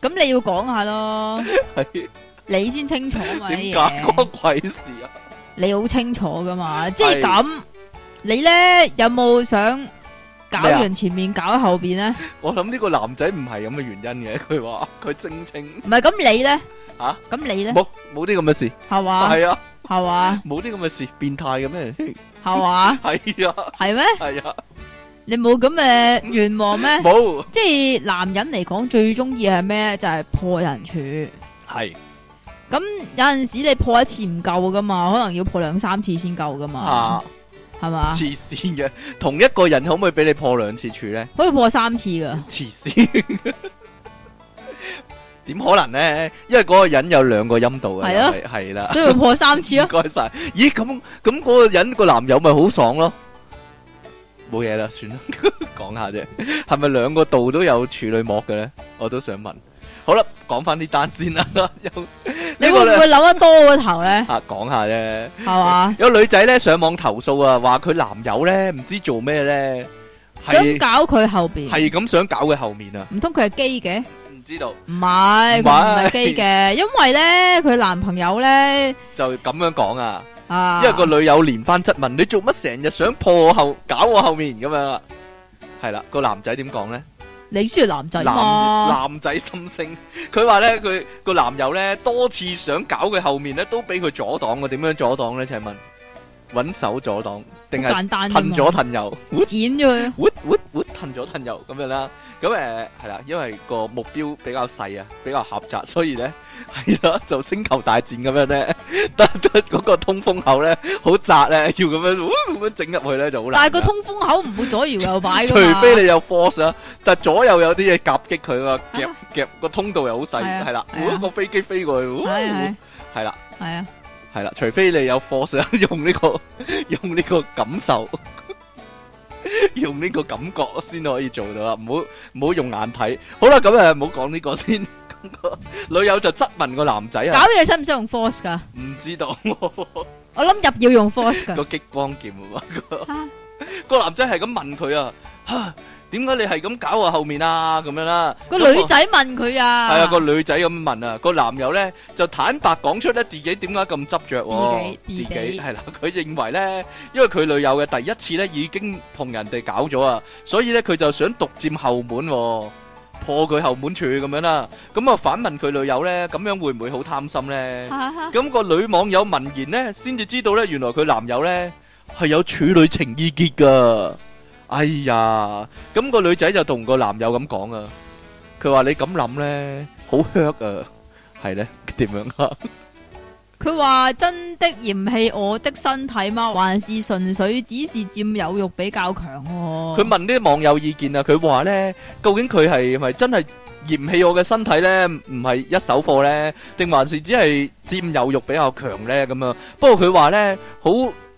Speaker 2: 咁你要講下咯，
Speaker 1: 係
Speaker 2: 你先清楚嘛
Speaker 1: 點解
Speaker 2: 啲嘢
Speaker 1: 關，鬼事啊？
Speaker 2: 你好清楚噶嘛？即係咁，你咧有冇想搞
Speaker 1: 咩啊
Speaker 2: 完前面搞後邊咧？
Speaker 1: 我諗呢個男仔唔係咁嘅原因嘅，佢話佢聲稱
Speaker 2: 唔係咁你咧
Speaker 1: 吓？
Speaker 2: 咁你咧
Speaker 1: 冇冇啲咁嘅事，
Speaker 2: 係嘛？
Speaker 1: 係啊，
Speaker 2: 係嘛？
Speaker 1: 冇啲咁嘅事，變態嘅 咩？
Speaker 2: 係嘛？
Speaker 1: 係啊，
Speaker 2: 系咩？
Speaker 1: 係啊，
Speaker 2: 你冇咁嘅願望咩？
Speaker 1: 冇
Speaker 2: 即系男人嚟講最中意係咩？就係破人處。
Speaker 1: 係
Speaker 2: 咁有阵时你破一次唔夠噶嘛，可能要破兩三次先夠噶嘛
Speaker 1: 啊，，
Speaker 2: 係嘛？
Speaker 1: 黐線嘅，同一個人可唔可以俾你破兩次處咧？
Speaker 2: 可以破三次噶，
Speaker 1: 黐線。點可能呢？因為嗰個人有兩個陰道嘅，
Speaker 2: 係啊
Speaker 1: 係係啦。
Speaker 2: 所以咪破三次
Speaker 1: 唔
Speaker 2: 咯。
Speaker 1: 該晒。咦，咁咁嗰個人個男友咪好爽咯？冇嘢啦， 算啦，講下啫。係咪兩個度都有處女膜嘅咧？我都想問。好啦，講翻呢單先啦。 有
Speaker 2: 你
Speaker 1: 呢個
Speaker 2: 會唔
Speaker 1: 咧
Speaker 2: 會諗得多個頭咧？
Speaker 1: 啊，講下啫。
Speaker 2: 係嘛？
Speaker 1: 有女仔咧上網投訴啊，話佢男友咧唔知做咩咧，
Speaker 2: 想
Speaker 1: 係
Speaker 2: 搞佢後边，
Speaker 1: 係咁想搞佢後面啊，
Speaker 2: 唔通佢係基嘅？
Speaker 1: 唔知道
Speaker 2: 唔係，佢唔係基嘅，因為咧佢男朋友咧
Speaker 1: 就咁樣講啊。
Speaker 2: 啊，
Speaker 1: 因為個女友連番質問你做乜成日想破我後搞我後面咁樣啊？係啦，個男仔點講咧？
Speaker 2: 你中意男仔
Speaker 1: 男
Speaker 2: 嘛？
Speaker 1: 男仔心聲，佢話咧佢個男友咧多次想搞佢後面咧，都俾佢阻擋嘅。點樣阻擋咧？請問揾手阻擋定
Speaker 2: 好
Speaker 1: 係
Speaker 2: 簡單啫
Speaker 1: 褪
Speaker 2: 嘛
Speaker 1: 左褪右？
Speaker 2: 剪咗佢，
Speaker 1: 活活活褪咗褪右咁樣啦，咁誒係啦，因為個目標比較細啊，比較狹窄，所以咧係啦，就星球大戰咁樣咧， 得得嗰個通風口咧好窄咧，要咁樣 呜咁樣整入去咧就好難啦。
Speaker 2: 但係個通風口唔會左搖右擺
Speaker 1: 除
Speaker 2: 噶嘛。
Speaker 1: 非你有 force 啦，但左右有啲嘢夾擊佢啊，
Speaker 2: 啊
Speaker 1: 夾夾個通道又好細，
Speaker 2: 係啊
Speaker 1: 係啦，
Speaker 2: 係啊
Speaker 1: 嗰個飛機飛過去，呜
Speaker 2: 係係
Speaker 1: 係啦。
Speaker 2: 係啊，
Speaker 1: 系啦，除非你有 force 啦，用呢、個 用呢個感受， 用呢個感覺先可以做到啦，唔好唔好用眼睇。好啦，咁诶，唔好講呢個先。 咁個女友就質問個男仔
Speaker 2: 搞
Speaker 1: 啊，
Speaker 2: 嘢使唔使用 force 噶？
Speaker 1: 唔知道
Speaker 2: 我諗入要用 force 噶
Speaker 1: 個。激光劍啊嘛
Speaker 2: 啊。
Speaker 1: 個男仔係咁問佢啊，吓點解你係咁搞我後面啊？咁樣啦，
Speaker 2: 個
Speaker 1: 咁
Speaker 2: 女
Speaker 1: 個
Speaker 2: 仔問佢啊，
Speaker 1: 係啊，個女仔咁問啊，個男友咧就坦白講出咧自己點解咁執着喎，
Speaker 2: 自己自己
Speaker 1: 係啦，佢認為咧，因為佢女友嘅第一次咧已經同人哋搞咗啊，所以咧佢就想獨佔後門喎，破佢後門處咁樣啦，咁啊反問佢女友咧，咁樣會唔會好貪心咧？
Speaker 2: 個
Speaker 1: 咁個女網友聞言咧，先至知道咧，原來佢男友咧係有處女情意結噶。哎呀，咁個女仔就同個男友咁講啊，佢話你咁諗咧，好 hurt 啊，係咧點樣啊？
Speaker 2: 佢話真的嫌棄我的身體嗎？還是純粹只是佔有欲比較強、喎？
Speaker 1: 佢問啲網友意見啊，佢話咧，究竟佢係咪真係嫌棄我嘅身體咧，唔係一手貨咧，定還是只係佔有欲比較強咧咁啊？不過佢話咧，好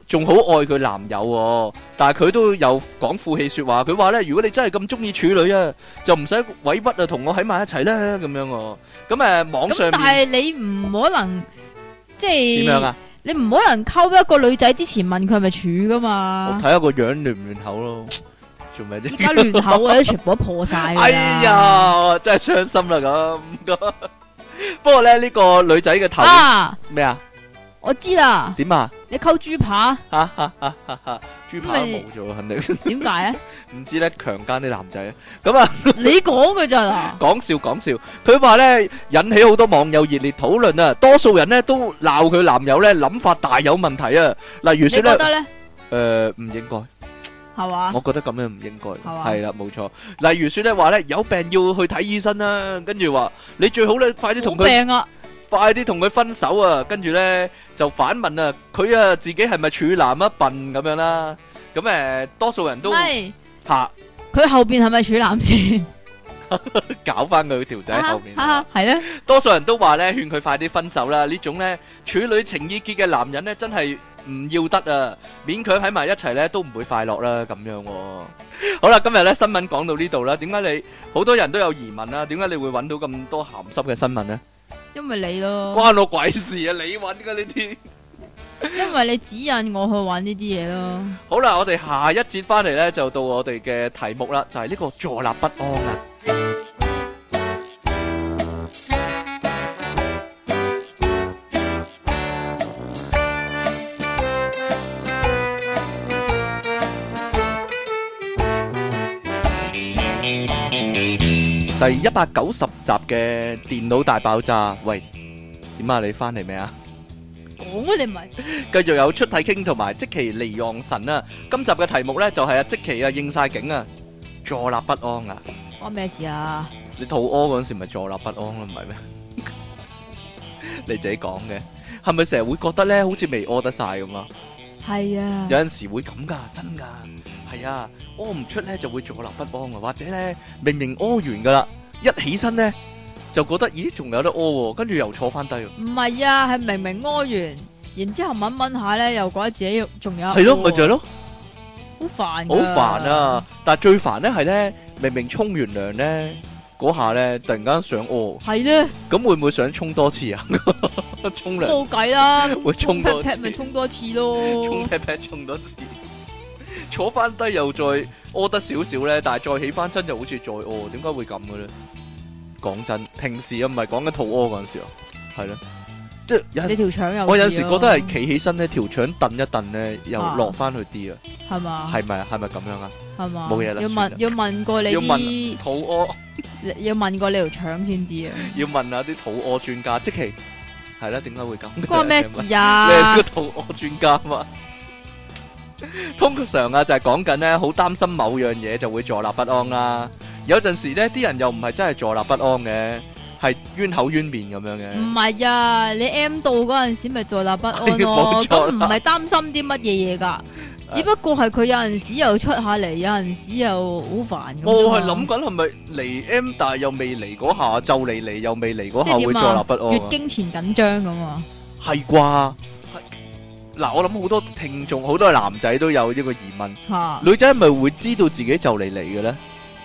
Speaker 1: 仲好愛佢男友、喎，但係佢都有講負氣説話。佢話咧，如果你真係咁中意處女啊，就唔使委屈啊，同我喺埋一齊啦咁樣喎、咁誒、網
Speaker 2: 咁
Speaker 1: 上
Speaker 2: 但
Speaker 1: 面
Speaker 2: 係你唔可能即
Speaker 1: 點樣
Speaker 2: 係、
Speaker 1: 啊？
Speaker 2: 你唔可能溝一個女仔之前問佢係咪處噶
Speaker 1: 我
Speaker 2: 嘛？
Speaker 1: 睇下個樣亂唔亂口咯，做咩啫
Speaker 2: 而？家亂口嘅都全部都破晒㗎啦
Speaker 1: 哎呀，真系伤心啦咁。 不過咧，呢、個女仔嘅頭
Speaker 2: 啊！
Speaker 1: 咩啊？
Speaker 2: 我知啦，
Speaker 1: 點啊？
Speaker 2: 你溝豬扒
Speaker 1: 哈哈哈哈哈！豬扒都
Speaker 2: 咪
Speaker 1: 冇咗，肯定
Speaker 2: 點解啊？
Speaker 1: 唔知咧，強姦啲男仔咁啊！
Speaker 2: 你講嘅咋嗱？
Speaker 1: 講笑講笑，佢話咧引起好多網友熱烈討論啊！多數人咧都鬧佢男友咧諗法大有問題啊！例如
Speaker 2: 你
Speaker 1: 說
Speaker 2: 覺
Speaker 1: 咧，誒
Speaker 2: 得咧
Speaker 1: 唔、應該。
Speaker 2: 係嘛？
Speaker 1: 我覺得咁樣唔應該，
Speaker 2: 係嘛
Speaker 1: 係啦，冇錯。例如説咧話咧有病要去睇醫生啦、跟住話你最好咧快啲
Speaker 2: 好
Speaker 1: 同佢
Speaker 2: 病啊！
Speaker 1: 快啲同佢分手啊！跟住呢，就反問啊，佢啊自己係咪處男啊笨咁樣啦？咁誒、呃多數人都
Speaker 2: 係
Speaker 1: 嚇、
Speaker 2: 佢後邊係咪處男先？
Speaker 1: 搞翻佢條仔後面。
Speaker 2: 啊係咧。
Speaker 1: 多數人都話呢，勸佢快啲分手啦！呢種呢，處女情意結嘅男人呢，真係唔要得啊！勉強喺埋一齊呢，都唔會快樂啦，咁樣喎、好啦，今日呢，新聞講到呢度啦。點解你好多人都有疑問啦、點解你會揾到咁多鹹濕嘅新聞呢？
Speaker 2: 因為你咯，
Speaker 1: 關我鬼事啊！你揾嘅呢啲。
Speaker 2: 因為你指引我去玩呢啲嘢咯。
Speaker 1: 好啦，我哋下一節翻嚟呢，就到我哋嘅題目啦，就係呢個坐立不安啊！第一百九十集嘅電腦大爆炸，喂，點啊？你翻嚟未啊？
Speaker 2: 講啊， 你咪
Speaker 1: 繼續有出體傾同埋即其離讓神啊！今集嘅題目呢，就係、啊即其啊應晒景啊，坐立不安啊！
Speaker 2: 關咩事啊？
Speaker 1: 你肚屙嗰陣時咪坐立不安咯，唔係咩？你自己講嘅，係咪成日會覺得呢好似未屙得晒咁啊？
Speaker 2: 係啊，
Speaker 1: 有陣時會咁噶，真噶，係啊，屙唔出呢就會坐立不安啊，或者呢明明屙完噶啦，一起身呢就覺得咦仲有得屙喎，跟住又坐翻低喎。
Speaker 2: 唔係啊，係明明屙完，然之后掹掹下咧，又覺得自己仲有
Speaker 1: 係咯，咪就係
Speaker 2: 係
Speaker 1: 咯。
Speaker 2: 好煩
Speaker 1: 好
Speaker 2: 㗎
Speaker 1: 煩啊！！但系最煩咧係咧，明明沖完涼咧嗰下咧，突然間想屙，
Speaker 2: 係咧，
Speaker 1: 咁會唔會想沖多 次啊？沖涼
Speaker 2: 冇計啦，
Speaker 1: 會
Speaker 2: 咁
Speaker 1: 沖
Speaker 2: 沖
Speaker 1: 多
Speaker 2: pat
Speaker 1: 次
Speaker 2: pat 咪沖多次咯。
Speaker 1: 沖 pat pat 沖多次，坐翻低又再屙得少少咧，但係再起翻身又好似再屙，點解會咁嘅咧？講真，平時啊唔係講緊肚屙嗰阵时啊，係咯，即係有
Speaker 2: 你
Speaker 1: 陣
Speaker 2: 條腸有
Speaker 1: 我有陣
Speaker 2: 事
Speaker 1: 時
Speaker 2: 啊
Speaker 1: 覺得係企起身咧，條腸蹬一蹬咧，又
Speaker 2: 啊
Speaker 1: 落翻去啲啊，
Speaker 2: 係嘛，
Speaker 1: 係咪啊？係咪咁樣啊？
Speaker 2: 係嘛，
Speaker 1: 冇嘢啦
Speaker 2: 要
Speaker 1: 算啦
Speaker 2: 問要問過你
Speaker 1: 要問
Speaker 2: 啲，
Speaker 1: 肚屙。
Speaker 2: 你要問過你條腸先知 啊，
Speaker 1: 要問下啲肚屙專家，即其係啦，點解會咁嘅？
Speaker 2: 關咩
Speaker 1: 你
Speaker 2: 事
Speaker 1: 係
Speaker 2: 啊
Speaker 1: 個？肚屙專家嘛？ 通常啊，就係講緊咧，好擔心某樣嘢就會坐立不安啦。有陣時咧，啲人又唔係真係坐立不安嘅，係冤口冤面咁樣嘅。
Speaker 2: 唔係啊，你 M 到嗰陣時咪坐立不 安
Speaker 1: 哎冇
Speaker 2: 咯，
Speaker 1: 錯
Speaker 2: 咁
Speaker 1: 啦啊
Speaker 2: 唔係擔心啲乜嘢嘢 㗎，只不過係佢有陣時又出下嚟，有陣時又好煩咁啫嘛。
Speaker 1: 我係諗緊係咪嚟 M，但係又未嚟嗰下，就嚟嚟又未嚟嗰下
Speaker 2: 即係
Speaker 1: 會
Speaker 2: 點
Speaker 1: 坐立
Speaker 2: 啊
Speaker 1: 不安
Speaker 2: 月
Speaker 1: 啊。
Speaker 2: 經前緊張咁啊，
Speaker 1: 係啩？係嗱，我諗好多聽眾，好多男仔都有呢個疑問，
Speaker 2: 嚇
Speaker 1: 女仔係咪會知道自己就嚟嚟嘅咧？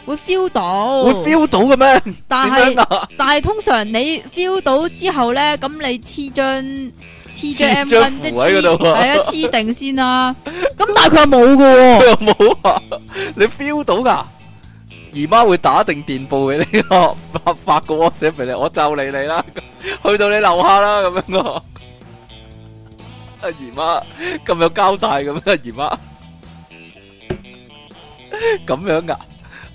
Speaker 2: 會 feel 到，
Speaker 1: 會 feel 到嘅咩？
Speaker 2: 但
Speaker 1: 點
Speaker 2: 係
Speaker 1: 樣啊？
Speaker 2: 但係通常你 feel 到之後咧，咁你黐張黐張 M
Speaker 1: 張
Speaker 2: 巾即
Speaker 1: 符喺
Speaker 2: 係
Speaker 1: 嗰
Speaker 2: 黐
Speaker 1: 度啊
Speaker 2: 係啊黐定先啦。 咁但係佢又冇嘅喎。
Speaker 1: 佢又冇啊？你 à. feel 到噶？姨媽會打定電報俾 你咯，發發個 WhatsApp 俾你，我就嚟 你啦，去到你樓下啦咁樣咯。阿姨媽咁有交代咁啊，姨媽咁樣噶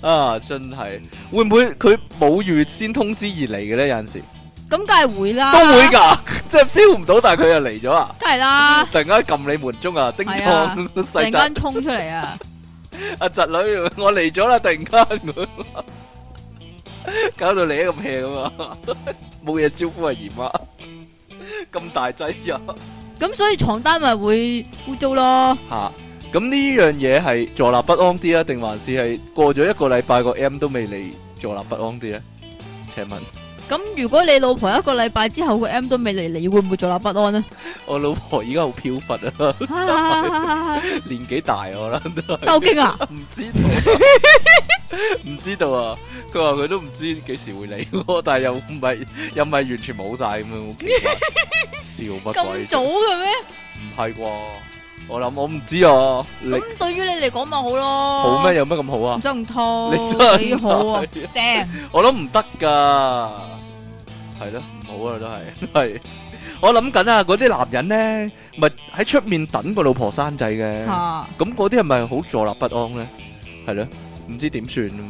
Speaker 1: 啊，真係會唔會佢冇預先通知而嚟嘅咧？有陣時
Speaker 2: 咁梗係會啦，
Speaker 1: 都會，㗎， 即係 feel 唔到，但係佢又嚟咗啊！
Speaker 2: 梗 係啦，
Speaker 1: 突然間撳你門鐘啊，叮
Speaker 2: 係 啊
Speaker 1: 當
Speaker 2: 突
Speaker 1: 細
Speaker 2: 然
Speaker 1: 仔。
Speaker 2: 間衝出嚟啊，
Speaker 1: 阿侄女，我嚟咗啦！突然間，搞到你咁 hea 咁啊！冇嘢招呼阿姨媽，咁大劑呀
Speaker 2: 咁所以床單咪會污糟咯，
Speaker 1: 吓！咁呢樣嘢係坐立不安啲啊，定還是係過咗一個禮拜個 M 都未嚟坐立不安啲咧？請問
Speaker 2: 咁如果你老婆一個禮拜之後個 M 都未嚟，你會唔會坐立不 安呢？
Speaker 1: 我老婆依家好飄忽 啊，年紀大我啦，
Speaker 2: 收經啊，
Speaker 1: 唔知 道，唔知道啊！佢話佢都唔知幾時會嚟我，但係又唔係又唔係完全冇晒咁樣，好奇怪笑乜鬼
Speaker 2: 咁？早嘅咩？
Speaker 1: 唔係啩？我諗我唔知啊，你
Speaker 2: 咁對於你嚟講咪好咯，
Speaker 1: 好咩？？有乜咁好
Speaker 2: 唔
Speaker 1: 啊？
Speaker 2: 使唔痛，
Speaker 1: 你真係
Speaker 2: 幾好啊，正，
Speaker 1: 我諗唔得噶，係咯，唔好啊，都係 係。我諗緊啊，嗰啲男人咧，咪喺出面等個老婆生仔嘅，
Speaker 2: 嚇
Speaker 1: 咁嗰啲係咪好坐立不安咧？係咯，唔知點算啊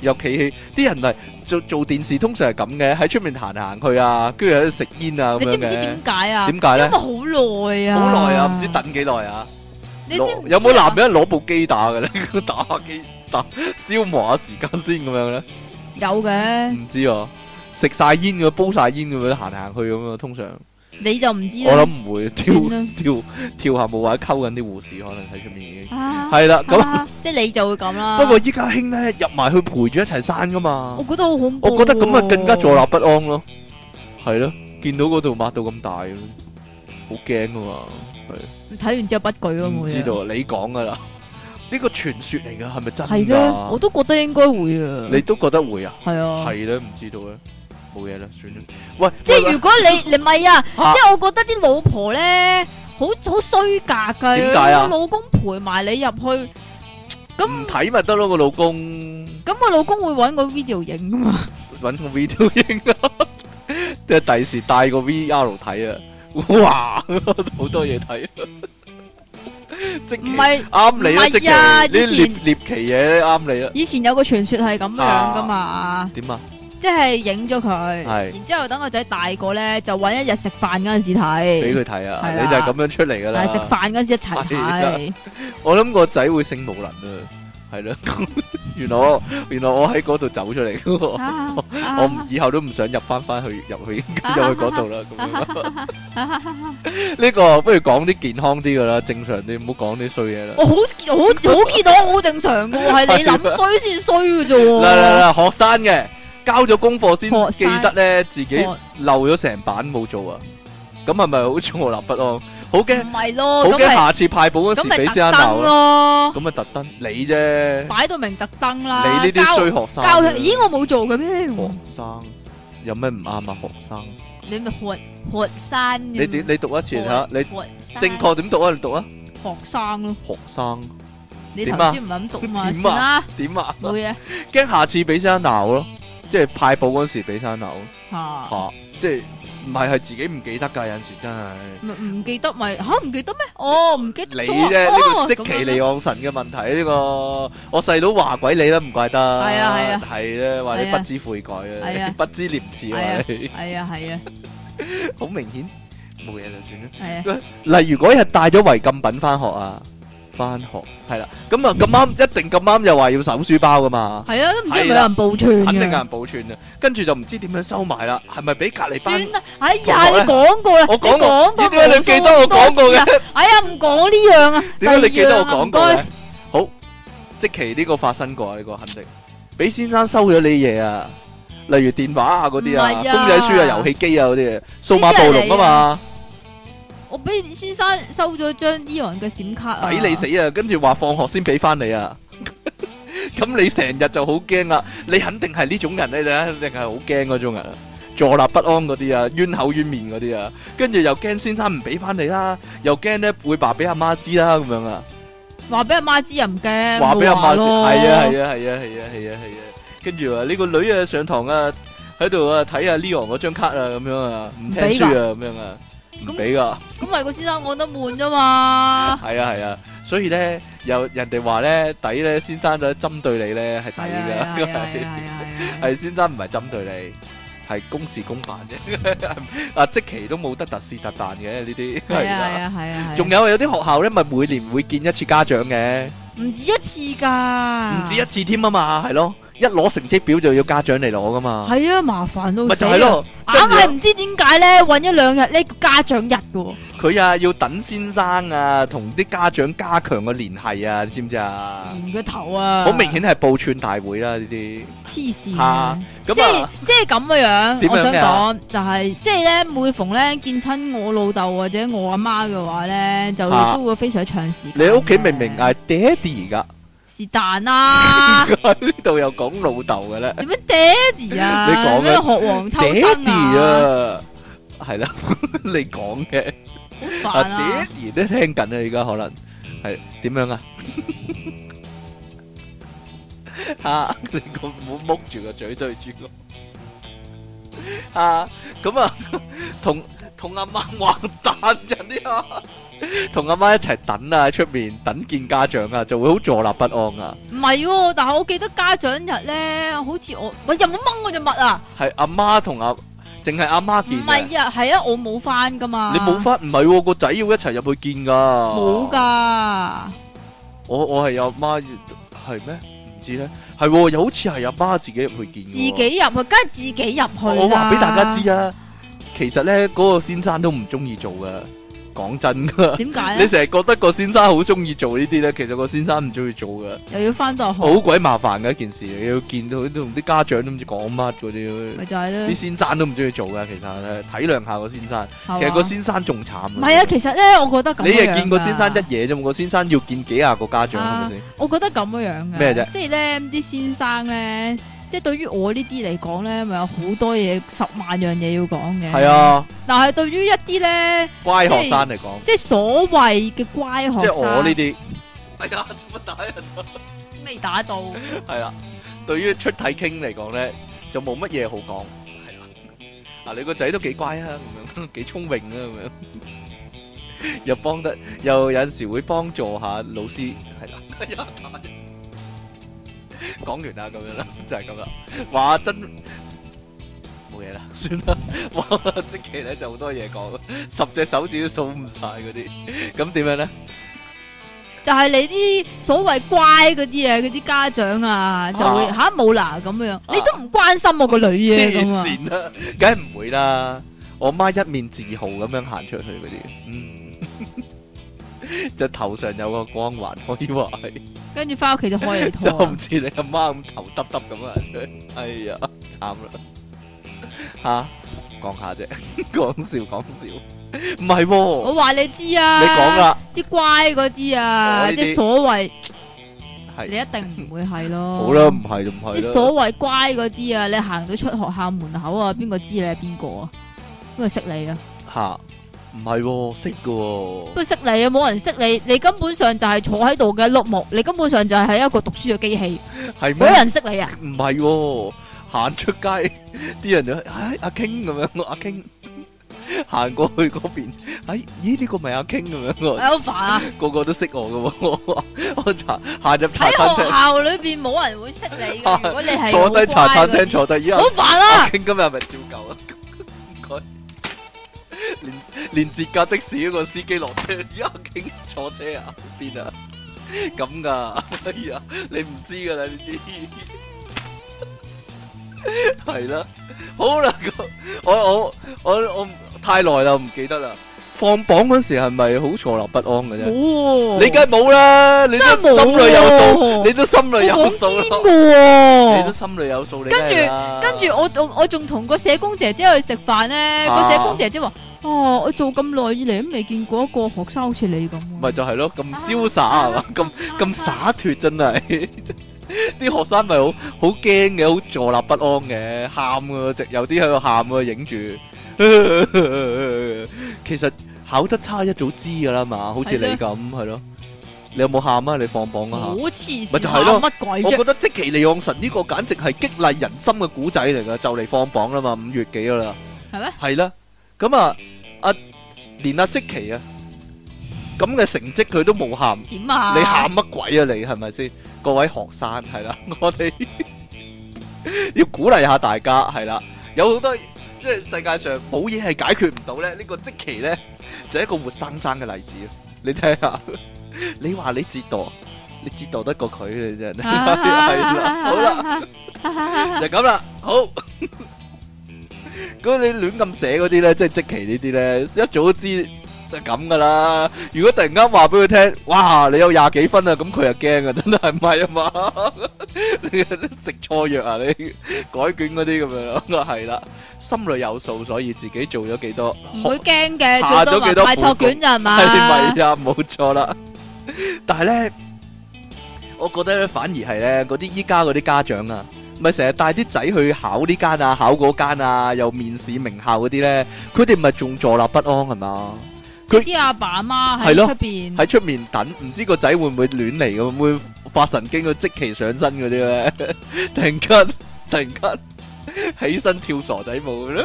Speaker 1: 又企起啲人咪做做電視，通常係咁嘅，喺出面行行去啊，跟住喺度食煙啊咁
Speaker 2: 你知
Speaker 1: 樣
Speaker 2: 唔知
Speaker 1: 嘅
Speaker 2: 點，解啊？
Speaker 1: 點解呢
Speaker 2: 因為好耐啊，
Speaker 1: 好耐啊，唔知等幾耐啊。
Speaker 2: 你知
Speaker 1: 攞
Speaker 2: 唔知啊
Speaker 1: 有冇男？人攞部機打嘅咧？ 打機打消磨下時間先咁樣咧？
Speaker 2: 有嘅，
Speaker 1: 唔知啊，食晒煙嘅，煲晒煙咁樣行嚟行去咁啊。通常
Speaker 2: 你就唔知
Speaker 1: 我諗
Speaker 2: 啦。
Speaker 1: 唔會跳
Speaker 2: 算啦
Speaker 1: 跳跳下舞或者溝緊啲護士，可能喺出面已經
Speaker 2: 啊
Speaker 1: 係啦。咁
Speaker 2: 啊即係你就會咁啦。
Speaker 1: 不過依家興咧入埋去陪住一齊生噶嘛
Speaker 2: 我，覺得好恐怖。
Speaker 1: 我覺得咁啊更加坐立不安咯。係咯，見到嗰度擘到咁大，好驚噶嘛。
Speaker 2: 立。睇完之後不舉咯，
Speaker 1: 唔
Speaker 2: 會啊
Speaker 1: 知。道你講噶啦，呢個傳說嚟噶，係咪真
Speaker 2: 係
Speaker 1: 㗎
Speaker 2: 咧，我都覺得應該會啊。
Speaker 1: 啊你都覺得會啊？
Speaker 2: 係啊，
Speaker 1: 係咧，唔知道咧，冇嘢啦，算啦。喂，
Speaker 2: 即
Speaker 1: 喂
Speaker 2: 係如果你你咪啊，即
Speaker 1: 啊
Speaker 2: 係我覺得啲老婆咧好好衰格㗎。
Speaker 1: 點解啊
Speaker 2: 個老公陪埋你入去，
Speaker 1: 喂
Speaker 2: 咁
Speaker 1: 唔睇咪得咯，個老公
Speaker 2: 咁個老公會揾個 video 影㗎 嘛？
Speaker 1: 揾個 video 影啊，即係第時帶個 VR 睇啊，哇， 好多嘢睇啊，即
Speaker 2: 唔
Speaker 1: 期
Speaker 2: 係
Speaker 1: 啱你啊，
Speaker 2: 唔
Speaker 1: 即
Speaker 2: 係啊
Speaker 1: 期
Speaker 2: 以
Speaker 1: 呢獵獵奇嘢啱你啊，
Speaker 2: 以前有個傳說係咁樣㗎嘛。
Speaker 1: 點啊？
Speaker 2: 即係影咗佢，
Speaker 1: 係
Speaker 2: 然之后等個仔大個咧，就搵一日食飯嗰阵时睇，
Speaker 1: 俾佢睇啊，
Speaker 2: 係
Speaker 1: 你
Speaker 2: 啦
Speaker 1: 就係咁樣出嚟噶
Speaker 2: 但係食
Speaker 1: 啦。
Speaker 2: 飯嗰阵时一齊
Speaker 1: 係
Speaker 2: 睇，
Speaker 1: 我諗個仔會性無能啊，係 咯，原來我原來我喺嗰度走出 嚟㗎喎。
Speaker 2: 啊
Speaker 1: 我唔以後都唔想入翻翻去入 去入去嗰度啦，咁樣。呢個不如講啲健康啲噶啦，正常啲，唔好講啲衰嘢啦。
Speaker 2: 我好好好见到好正常噶喎，係你諗衰先衰噶啫喎。
Speaker 1: 嗱嗱嗱，學生嘅交咗功課先
Speaker 2: 學
Speaker 1: 記
Speaker 2: 晒
Speaker 1: 得咧，自己
Speaker 2: 學
Speaker 1: 漏咗成版冇做啊，咁係咪好坐立不安？好驚
Speaker 2: 唔係咯，
Speaker 1: 好
Speaker 2: 咁
Speaker 1: 驚
Speaker 2: 咪
Speaker 1: 下次派補嗰
Speaker 2: 咁
Speaker 1: 時
Speaker 2: 咪
Speaker 1: 俾
Speaker 2: 特
Speaker 1: 先生鬧啦，
Speaker 2: 登咯，
Speaker 1: 咁咪特登你啫，
Speaker 2: 擺到明特登
Speaker 1: 你
Speaker 2: 啦。
Speaker 1: 呢啲
Speaker 2: 交
Speaker 1: 衰學生
Speaker 2: 教佢，
Speaker 1: 啫，
Speaker 2: 咦我冇做嘅咩？
Speaker 1: 學生有咩唔啱啊？學生，
Speaker 2: 你咪學學生咁，
Speaker 1: 你點你讀一次睇下，你
Speaker 2: 你
Speaker 1: 正確點讀啊？你讀啊，
Speaker 2: 學生咯，
Speaker 1: 學生
Speaker 2: 你
Speaker 1: 點
Speaker 2: 頭
Speaker 1: 啊
Speaker 2: 先唔諗讀
Speaker 1: 點
Speaker 2: 嘛，
Speaker 1: 啊
Speaker 2: 算啦，
Speaker 1: 點啊？
Speaker 2: 冇嘢
Speaker 1: 驚下次俾先生鬧咯，即係派補嗰時俾先生鬧咯。
Speaker 3: 吓
Speaker 1: 吓、即系唔系系自己唔記得㗎，有阵时真係
Speaker 2: 唔唔記得咪吓唔記得咩？哦唔記
Speaker 1: 你
Speaker 2: 得咗啊
Speaker 1: 啫，呢
Speaker 2: 哦
Speaker 1: 個即
Speaker 2: 咁
Speaker 1: 其
Speaker 2: 樣
Speaker 1: 利昂神嘅問題呢、個我細佬話鬼你啦，唔怪得。
Speaker 2: 係啊係啊，
Speaker 1: 系咧，話你
Speaker 2: 係啊
Speaker 1: 不知悔改啊，
Speaker 2: 係啊
Speaker 1: 你 不知廉恥
Speaker 2: 係
Speaker 1: 啊
Speaker 2: 啊，
Speaker 1: 你
Speaker 2: 係啊係啊
Speaker 1: 好明顯冇嘢就算啦。
Speaker 2: 係啊，
Speaker 1: 例如嗰日帶咗違禁品翻學啊，翻學係啦，咁啊咁啱一定咁啱又話要搜書包噶嘛，
Speaker 2: 係啊，都唔知係
Speaker 1: 係
Speaker 2: 咪有
Speaker 1: 啦
Speaker 2: 人報串
Speaker 1: 肯定有
Speaker 2: 嘅。
Speaker 1: 人保存啊，跟住就唔知點樣收埋啦，係咪俾隔離班？
Speaker 2: 算啦，哎
Speaker 1: 同
Speaker 2: 呀，
Speaker 1: 學
Speaker 2: 你
Speaker 1: 呢
Speaker 2: 講過啦，
Speaker 1: 我講
Speaker 2: 你
Speaker 1: 過
Speaker 2: 講，
Speaker 1: 咦
Speaker 2: 過
Speaker 1: 點解你記得我講過嘅？
Speaker 2: 哎呀，唔講呢樣啊，
Speaker 1: 点解你記
Speaker 2: 记
Speaker 1: 得我講過咧？好，即期呢個發生過啊，呢、個肯定。俾先生收咗你嘢啊，例如電話啊嗰啲啊，
Speaker 2: 唔係啊
Speaker 1: 公仔書啊、遊戲機啊嗰啲嘢，數碼暴龍啊嘛，
Speaker 2: 我俾先生收咗張 Eon 嘅閃卡啊！
Speaker 1: 抵你死啊！跟住話放學先俾翻你啊， 咁你成日就好驚啦。你肯定係呢種人咧，你肯定係好驚嗰種人啊。坐立不安嗰啲啊，冤口冤面嗰啲啊，跟住又驚先生唔俾翻你啦，又驚咧會話俾阿媽知啦咁樣啊。
Speaker 2: 話俾阿媽知又唔驚，
Speaker 1: 话俾阿
Speaker 2: 媽
Speaker 1: 媽知，
Speaker 2: 咯。
Speaker 1: 係啊係啊係啊係啊係啊係啊，跟住話呢個女啊上堂啊喺度啊睇下 Leon 嗰張卡啊咁樣啊，唔聽
Speaker 2: 唔俾
Speaker 1: 書
Speaker 2: 㗎
Speaker 1: 啊咁樣啊，唔
Speaker 2: 咁
Speaker 1: 俾噶，
Speaker 2: 咁咪個先生講得悶啫嘛。
Speaker 1: 係啊係啊，所以咧又人哋話咧抵咧先生咧針對你咧係
Speaker 3: 係
Speaker 1: 抵
Speaker 3: 係啊係
Speaker 1: 㗎，
Speaker 3: 啊係啊
Speaker 1: 係先生唔係針對你，係公事公辦啫， 啊即期都冇得特事特辦嘅呢啲，
Speaker 3: 係啊係
Speaker 1: 係啦
Speaker 3: 啊係啊，
Speaker 1: 仲有有啲學校咧咪每年會見一次家長嘅。
Speaker 2: 唔止一次噶，
Speaker 1: 唔止一次添啊嘛，係咯，一攞成績表就要家長嚟攞噶嘛，
Speaker 2: 係啊，麻煩到
Speaker 1: 咪
Speaker 2: 死
Speaker 1: 就
Speaker 2: 啊
Speaker 1: 係咯，
Speaker 2: 硬係唔知點解咧，搵一兩日呢個家長日嘅喎，
Speaker 1: 佢啊要等先生啊同啲家長加強個聯繫啊，你知唔知啊？
Speaker 2: 連個頭啊，
Speaker 1: 好明顯係報串大會啦呢啲，
Speaker 2: 黐線
Speaker 1: 嚇
Speaker 2: 啊。即
Speaker 1: 咁
Speaker 2: 係
Speaker 1: 啊
Speaker 2: 即係咁嘅樣，
Speaker 1: 點樣
Speaker 2: 我想
Speaker 1: 咩啊
Speaker 2: 講就係即係咧，每逢咧見親我老豆或者我阿媽嘅話咧，就
Speaker 1: 啊
Speaker 2: 都會非常長時間
Speaker 1: 你
Speaker 2: 嘅。
Speaker 1: 屋企明明啊嗌爹哋 噶，
Speaker 2: 是 但啦，
Speaker 1: 呢度又講老豆嘅咧，
Speaker 2: 點樣爹字啊？
Speaker 1: 你講嘅
Speaker 2: 咩學黃秋
Speaker 1: 爹
Speaker 2: 生
Speaker 1: 哋
Speaker 2: 啊？
Speaker 1: 啊，係 啦，你講嘅
Speaker 2: 好
Speaker 1: 啊
Speaker 2: 煩啊！
Speaker 1: 爹哋都聽緊啊，而家可能係點 樣啊？啊！你個唔好剝住個嘴對住我。啊，咁啊，同同阿媽玩蛋人啲啊，同阿媽一齊等啊，喺出面等見家長啊，就會好坐立不安啊。
Speaker 2: 唔係喎，但係我記得家長日咧，好似我喂有冇掹我隻襪啊？
Speaker 1: 係阿媽同阿，淨係阿媽
Speaker 2: 唔
Speaker 1: 見嘅。
Speaker 2: 係啊，係啊，我冇翻噶嘛。
Speaker 1: 你冇？翻唔係喎，個仔要一齊入去見㗎。
Speaker 2: 冇㗎，
Speaker 1: 我我係阿媽係咩？唔知咧，係喎又好似係阿媽自己入去見。
Speaker 2: 自己入去，梗係自己入去
Speaker 1: 我話
Speaker 2: 話
Speaker 1: 俾大家知啊，其實咧嗰個先生都唔中意做噶，講真噶。
Speaker 2: 點解
Speaker 1: 你
Speaker 2: 咧？
Speaker 1: 成日覺得個先生好中意做呢啲咧，其實個先生唔中意做噶，
Speaker 2: 又要翻到學，
Speaker 1: 好鬼麻煩嘅一件事。你要見到同啲家長都唔知講乜嗰啲，
Speaker 2: 咪就係咧
Speaker 1: 啲。先生都唔中意做噶。其實體諒下個先生，
Speaker 2: 其
Speaker 1: 其實個先生仲慘。
Speaker 2: 唔係啊，，其實咧，我覺得咁樣
Speaker 1: 你
Speaker 2: 係
Speaker 1: 係見過先生一夜啫嘛，個先生要見幾廿個家長係咪先？
Speaker 2: 我覺得咁樣樣嘅
Speaker 1: 咩啫
Speaker 2: 即係咧啲先生咧，即係對於我呢啲嚟講咧，咪有好多嘢十萬樣嘢要講嘅。
Speaker 1: 係，啊，
Speaker 2: 但係對於一啲咧，
Speaker 1: 乖學生嚟講，
Speaker 2: 即係所謂嘅乖學
Speaker 1: 即係
Speaker 2: 生，
Speaker 1: 我呢 啲。係啊，做乜打人？
Speaker 2: 未打到，
Speaker 1: 系啦，對於出體傾嚟講咧，就冇乜嘢好講，係啦。啊，你個仔都幾乖啊，咁樣 幾聰明啊，咁樣 又幫得，又有阵时会帮助下老師，係啦。 哎呀打人講完啦，咁 樣啦，就係咁啦。話真冇嘢啦， 算啦。哇，即期咧就好多嘢講，十隻手指都數唔晒嗰啲，咁點樣咧？
Speaker 2: 就係你啲所謂乖嗰啲啊，嗰啲家長啊，就會
Speaker 1: 啊
Speaker 2: 吓冇啦咁樣，你都唔關心我個女啊咁啊，
Speaker 1: 黐線啦，梗係唔會啦。我媽一面自豪咁樣行出去嗰啲，嗯， 就頭上有個光環，可以話係，
Speaker 2: 跟住翻屋企就開你
Speaker 1: 就
Speaker 2: 拖
Speaker 1: 唔。似你阿媽咁頭耷耷咁啊！哎呀，慘啦！吓、講下啫， 講笑講笑，唔係
Speaker 2: 我
Speaker 1: 喎，
Speaker 2: 話你知啊，
Speaker 1: 你講，啦，
Speaker 2: 啲乖嗰啲
Speaker 1: 我
Speaker 2: 啊，
Speaker 1: 呢啲
Speaker 2: 即係所謂，
Speaker 1: 係
Speaker 2: 你一定唔會係咯。
Speaker 1: 好啦，唔係就唔
Speaker 2: 啲
Speaker 1: 係
Speaker 2: 所
Speaker 1: 啦，
Speaker 2: 謂乖嗰啲啊，你行到出學校門口啊，邊個知你係邊個啊？邊個識你啊？
Speaker 1: 吓，唔係喎，識噶喎
Speaker 2: 邊。個識你啊？冇人識你，你根本上就係坐喺度嘅碌木，你根本上就係一個讀書嘅機器，
Speaker 1: 係
Speaker 2: 冇
Speaker 1: 咩？
Speaker 2: 人識你啊！
Speaker 1: 唔係喎，行出街 啲人就唉阿 King 咁樣，阿 King 行過去嗰邊，哎咦呢個咪阿 King 咁樣喎，
Speaker 2: 好煩啊！
Speaker 1: 個個都識我噶喎，我我茶行入茶
Speaker 2: 喺
Speaker 1: 餐
Speaker 2: 學
Speaker 1: 廳，
Speaker 2: 校裏边冇人會識 你嘅，如果你係
Speaker 1: 坐低茶餐廳
Speaker 2: 廳
Speaker 1: 坐低，咦
Speaker 2: 好
Speaker 1: 阿
Speaker 2: 煩啊
Speaker 1: 阿！King 今日係咪照舊啊？ 唔該，連連節假的士嗰個司機落車， 咦阿 King 坐車啊 邊啊？咁噶， 哎呀，你唔知噶啦呢啲， 係啦，好啦，咁我我我我太耐啦，唔記得啦。放榜嗰時係咪好坐立不安嘅啫？
Speaker 2: 冇喎
Speaker 1: 你梗係冇啦，你都
Speaker 2: 真係冇
Speaker 1: 心裏有數，
Speaker 2: 喎
Speaker 1: 你都心裏有數
Speaker 2: 我講堅
Speaker 1: 啦，你
Speaker 2: 噶
Speaker 1: 都
Speaker 2: 喎。
Speaker 1: 心裏有數，你
Speaker 2: 跟住
Speaker 1: 梗係啦
Speaker 2: 跟住我我我仲同個社工姐姐去食飯咧，
Speaker 1: 啊
Speaker 2: 個社工姐姐話：哦，我做咁耐以嚟都未見過一個學生好似你咁喎。
Speaker 1: 咪就係咯，咁瀟灑
Speaker 2: 啊
Speaker 1: 係嘛，咁咁灑脱真係。 啲學生咪好好驚嘅，好坐立不安嘅，喊啊，直有啲喺度喊啊，影住。 其實考得差一早知㗎啦嘛，好似你
Speaker 2: 係
Speaker 1: 咁係咯。你有冇喊啊？你放榜
Speaker 2: 好
Speaker 1: 啊
Speaker 2: 黐線，
Speaker 1: 咪就係咯
Speaker 2: 乜鬼
Speaker 1: 我
Speaker 2: 啫？
Speaker 1: 覺得即其利昂神呢個簡直係激勵人心嘅古仔嚟㗎，就嚟放榜啦嘛，五月幾㗎啦。
Speaker 2: 係咩？
Speaker 1: 系啦，咁啊，阿連阿即奇啊，咁嘅成績佢都冇喊。
Speaker 2: 點啊？
Speaker 1: 你喊乜鬼啊你係咪先？各位學生係啦， 我哋要鼓勵下大家係啦，有好多即係世界上冇嘢係解決唔到咧，呢、個即期咧就係一個活生生嘅例子啊！你睇下， 你話你折墮，你折墮得過佢嘅啫， 係啦，好啦。 就咁啦，好。咁你亂咁寫嗰啲咧，即係即期呢啲咧，一早都知就咁噶啦。如果突然間話俾佢聽，哇，你有廿幾分啊，咁佢就驚啊，真係唔係啊嘛？ 你食錯藥啊，你改卷嗰啲咁樣咯，係啦，心裏有數，所以自己做咗幾多，
Speaker 2: 唔會驚嘅，
Speaker 1: 下
Speaker 2: 最
Speaker 1: 咗
Speaker 2: 多
Speaker 1: 幾
Speaker 2: 話
Speaker 1: 多
Speaker 2: 派錯卷咋係嘛？
Speaker 1: 係咪呀？冇錯啦。但係咧，我覺得咧，反而係咧，嗰啲依家嗰啲家長啊，咪成日帶啲仔去考呢間啊，考嗰間啊，又面試名校嗰啲咧，佢哋咪仲坐立不安係嘛？佢
Speaker 2: 啲阿爸阿媽
Speaker 1: 係
Speaker 2: 喺
Speaker 1: 咯
Speaker 2: 出邊，
Speaker 1: 喺出面等，唔知個仔會唔會亂嚟咁，會發神經到即期上身嗰啲咧， 突然間突然間起身跳傻仔舞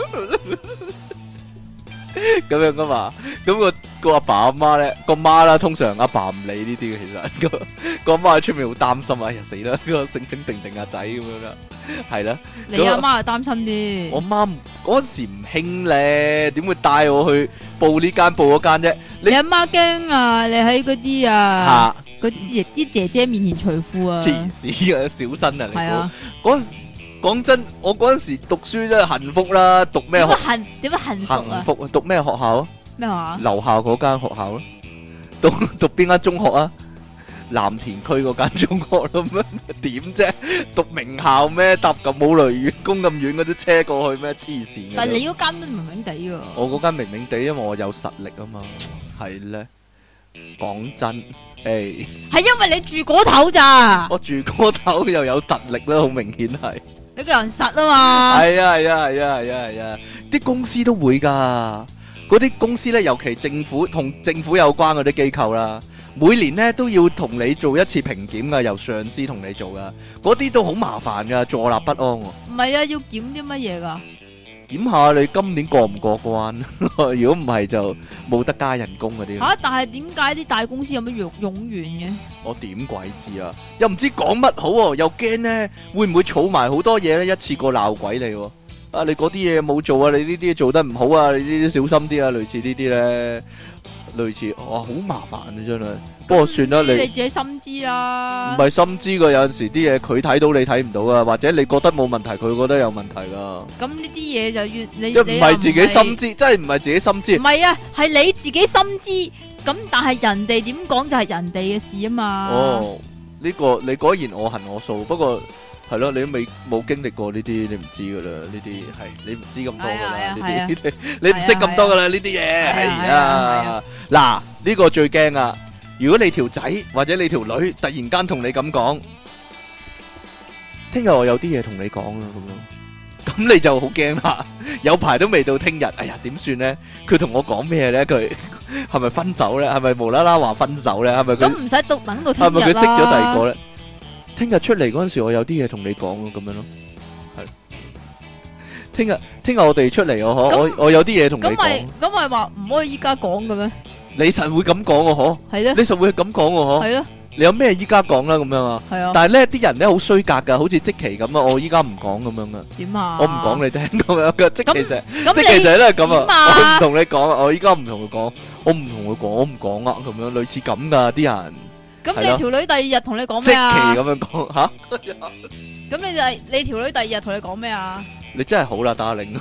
Speaker 1: 咁樣噶嘛，咁、個個阿爸阿媽咧，個媽啦，通常阿爸唔理呢啲嘅，其實 個個阿媽喺出面好擔心啊，哎呀死啦， 個醒醒定定阿仔咁樣啦，係啦。
Speaker 2: 你阿媽就擔心啲。
Speaker 1: 我媽唔嗰陣時唔興咧，點會帶我去報呢間報嗰間啫？你
Speaker 2: 你阿媽驚啊！你喺嗰啲
Speaker 1: 嚇、
Speaker 2: 啊，嗰啲姐啲姐姐面前除褲啊，
Speaker 1: 黐線啊，小新啊，你
Speaker 2: 係
Speaker 1: 估
Speaker 2: 啊，
Speaker 1: 嗰講真，我嗰陣時讀書真係幸福啦，讀咩
Speaker 2: 點
Speaker 1: 學
Speaker 2: 樣幸點樣幸福
Speaker 1: 幸
Speaker 2: 啊？
Speaker 1: 福啊？讀咩學校啊？
Speaker 2: 咩話？
Speaker 1: 樓下嗰間學校咯，讀讀邊間中學啊？藍田區嗰間中學咯，咁樣 點啫？讀名校咩？搭咁冇雷雨公咁遠嗰啲車過去咩？黐線
Speaker 2: 但係
Speaker 1: 嘅！
Speaker 2: 你嗰間都明明地喎，
Speaker 1: 我嗰間明明地，因為我有實力啊嘛，係咧。講真，誒、
Speaker 2: 係因為你住嗰頭咋？
Speaker 1: 我住嗰頭又有實力啦，好明顯係。
Speaker 2: 你個人實 啊嘛，
Speaker 1: 系啊系啊系啊系啊系啊，啲公司都會噶，嗰啲公司咧，尤其政府同政府有關嗰啲機構啦，每年咧都要同你做一次評檢噶，由上司同你做噶，嗰啲都好麻煩噶，坐立不安喎、
Speaker 2: 唔係啊，要檢啲乜嘢㗎？
Speaker 1: 檢下你今年過唔過關，如果唔係就冇得加人工嗰啲。
Speaker 2: 吓，但係點解啲大公司有乜用用員嘅？
Speaker 1: 我點鬼知啊？又唔知講乜好喎、又驚呢會唔會儲埋好多嘢呢？一次過鬧鬼你喎、啊！你嗰啲嘢冇做啊，你呢啲做得唔好啊，你呢啲小心啲啊，類似呢啲呢，類似哇好麻煩啊真係。不過算啦，
Speaker 2: 咁呢
Speaker 1: 你
Speaker 2: 你自己心知啦。
Speaker 1: 唔係心知噶，有陣時啲嘢佢睇到你睇唔到啊，或者你覺得冇問題，佢覺得有問題噶，
Speaker 2: 咁呢啲嘢就越你
Speaker 1: 即係唔
Speaker 2: 你又
Speaker 1: 係自己心知，真係唔係自己心知
Speaker 2: 唔。係啊，係你自己心知。咁但係人哋點講就係人哋嘅事啊嘛。
Speaker 1: 哦，呢、個你果然我行我素，不過係咯，你都未冇經歷過呢啲，你唔知噶啦，呢啲係你唔知咁多噶
Speaker 2: 係
Speaker 1: 啦，
Speaker 2: 啊
Speaker 1: 呢
Speaker 2: 係啊
Speaker 1: 啲 你唔識咁多噶啦，呢啲嘢
Speaker 2: 係啊
Speaker 1: 係
Speaker 2: 係
Speaker 1: 啊
Speaker 2: 啊。
Speaker 1: 嗱，呢個最驚啊！如果你條仔或者你條女突然間同你咁講，聽日我有啲嘢同你講啦， 咁樣，咁你就好驚啦。有排都未到聽日，哎呀點算呢？佢同我講咩呢？佢係咪分手呢？係咪無啦啦話分手呢？係咪佢
Speaker 2: 咁唔使到等
Speaker 1: 係
Speaker 2: 到聽
Speaker 1: 咪佢
Speaker 2: 日
Speaker 1: 識咗第
Speaker 2: 啦
Speaker 1: 二個咧？聽日出嚟嗰阵时，我有啲嘢同你講啊，咁樣 咯，係。聽日聽日我哋出嚟，我可我
Speaker 2: 咁
Speaker 1: 我有啲嘢同你
Speaker 2: 咁咪
Speaker 1: 講，
Speaker 2: 咁咪話唔可以依家講嘅咩？
Speaker 1: 你實會咁講 我
Speaker 2: 係咧
Speaker 1: 可，，你實會咁講我可，
Speaker 2: 係咧，
Speaker 1: 你有咩依家講啦咁樣啊？
Speaker 2: 係啊，
Speaker 1: 但係呢啲人咧好衰格噶，好似即期咁啊，我依家唔講咁樣噶，
Speaker 2: 點啊？
Speaker 1: 我唔講你聽咁樣噶，即其實。
Speaker 2: 你，
Speaker 1: 即係其
Speaker 2: 咁
Speaker 1: 實都係咁
Speaker 2: 點
Speaker 1: 啊！
Speaker 2: 啊
Speaker 1: 我唔同你講啊，我依家唔同佢講，我唔同佢講，我唔講啊，咁樣類似咁噶啲人，
Speaker 2: 你咁
Speaker 1: 係咯
Speaker 2: 你條女第二日同你講
Speaker 1: 即
Speaker 2: 咩
Speaker 1: 期
Speaker 2: 啊？
Speaker 1: 咁樣講吓，
Speaker 2: 咁你就係你條女第二日同你講咩啊？
Speaker 1: 你真係好啦，darling，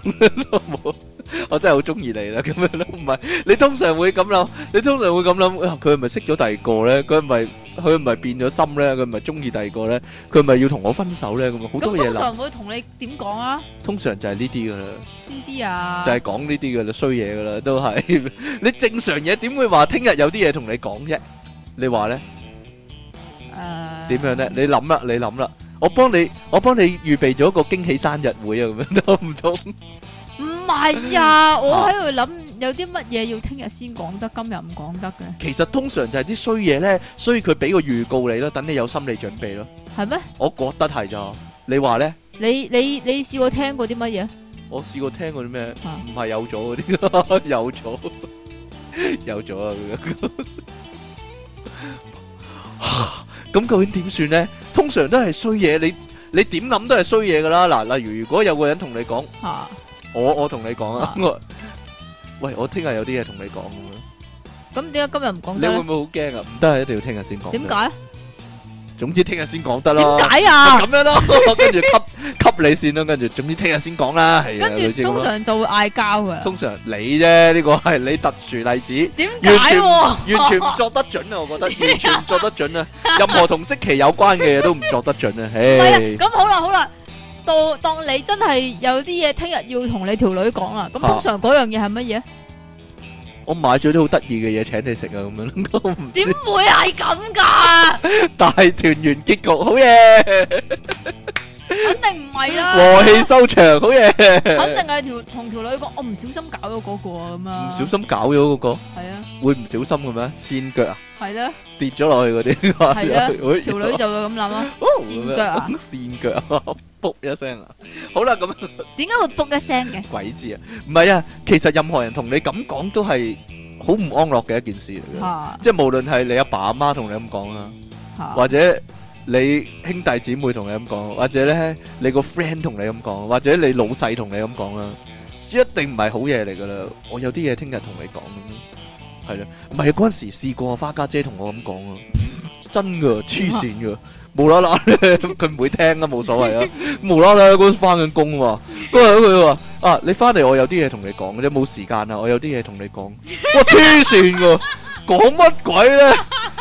Speaker 1: 我 我真係好中意你啦，咁樣咯，唔係你通常會咁諗，你通常會咁諗，啊佢係咪識咗第二個咧？佢係咪佢係咪變咗心咧？佢係咪中意第二個咧？佢係咪要同我分手咧？咁啊好多
Speaker 2: 咁
Speaker 1: 嘢
Speaker 2: 通
Speaker 1: 諗，
Speaker 2: 常會同你點講啊？
Speaker 1: 通常就係呢啲噶啦。
Speaker 2: 邊啲啊？
Speaker 1: 就係講呢啲噶啦，衰嘢噶啦，都係你正常嘢點會話聽日有啲嘢同你講啫？你話咧
Speaker 2: 誒
Speaker 1: 點樣咧？？你諗啦，你諗啦，我幫你，我幫你預備咗個驚喜生日會啊，咁樣 都唔通？
Speaker 2: 唔係啊，我喺度諗有啲乜嘢要聽日先講得，今日唔講得嘅，
Speaker 1: 其實通常就係啲衰嘢咧，所以佢俾個預告你咯，等你有心理準備咯。
Speaker 2: 係咩？
Speaker 1: 我覺得係咋，你話咧？
Speaker 2: 你你你試過聽過啲乜嘢？
Speaker 1: 我試過聽過啲咩？
Speaker 2: 啊
Speaker 1: 唔係有咗嗰啲 咯，有咗 有咗啊！咁樣咁究竟點算咧？通常都係衰嘢，你你點諗都係衰嘢噶啦。嗱，例如如果有個人同你講，
Speaker 2: 嚇
Speaker 1: 我我同你講啊
Speaker 2: 啊，
Speaker 1: 我喂我聽日有啲嘢同你講咁
Speaker 2: 咁點解今日唔講
Speaker 1: 樣，你
Speaker 2: 得
Speaker 1: 會唔
Speaker 2: 咧？
Speaker 1: 會好驚啊？唔得，一定要聽日先講。
Speaker 2: 點？解？
Speaker 1: 總之聽日先講得咯。
Speaker 2: 點解啊？
Speaker 1: 咁樣 咯，跟住吸吸你線咯，跟住總之聽日先講啦。係啊，
Speaker 2: 跟
Speaker 1: 類似
Speaker 2: 住
Speaker 1: 咁咯
Speaker 2: 通常就會嗌交嘅。
Speaker 1: 通常你啫，呢個係你特殊例子，
Speaker 2: 點解喎？
Speaker 1: 完全唔作得準啊！我覺得完全唔作得準啊！任何同即期有關嘅嘢都唔作得 準啊！
Speaker 2: 唔係啊
Speaker 1: 唉，，
Speaker 2: 咁好啦好啦，到當你真係有啲嘢聽日要同你條女講啦，咁
Speaker 1: 啊
Speaker 2: 通常嗰樣嘢係乜嘢？
Speaker 1: 我買咗啲好得意嘅嘢請你食啊！咁樣 我唔
Speaker 2: 點
Speaker 1: 知
Speaker 2: 會係咁㗎？
Speaker 1: 大團圓結局，好 嘢！
Speaker 2: 肯定唔係
Speaker 1: 和氣
Speaker 2: 啦，
Speaker 1: 收場，好
Speaker 2: 肯
Speaker 1: 嘢！
Speaker 2: 定係條同條女講，我唔小心搞咗嗰個啊咁
Speaker 1: 唔
Speaker 2: 啊，
Speaker 1: 小心搞咗嗰個，
Speaker 2: 係啊
Speaker 1: 會唔小心嘅咩？跣腳啊，
Speaker 2: 係啦，
Speaker 1: 跌咗落去嗰 啲，
Speaker 2: 係啊
Speaker 1: 會
Speaker 2: 條女就會咁諗啊，
Speaker 1: 哦
Speaker 2: 跣腳啊
Speaker 1: 跣腳啊，卜一聲啊！好啦，咁。
Speaker 2: 點解會卜一聲嘅？
Speaker 1: 鬼知啊！唔係啊，其實任何人同你咁講都係好唔安樂嘅一件事嚟嘅，
Speaker 2: 嚇
Speaker 1: 即係無論係你阿爸阿媽同你咁講啦，
Speaker 2: 嚇
Speaker 1: 或者你兄弟姊妹同你咁講，或者咧你個 friend 同你咁講，或者你老細同你咁講啦，一定唔係好嘢嚟噶啦。我有啲嘢聽日同你講咁樣，係啦，唔係嗰陣時試過啊花家姐同我咁講啊，真噶黐線噶。無啦 啦咧，佢唔會聽啦，冇所謂啊。無啦啦嗰陣翻緊工喎，嗰日佢話：啊，你翻嚟我有啲嘢同你講嘅啫，冇時間啦，我有啲嘢同你講。哇，黐線噶，講乜鬼咧？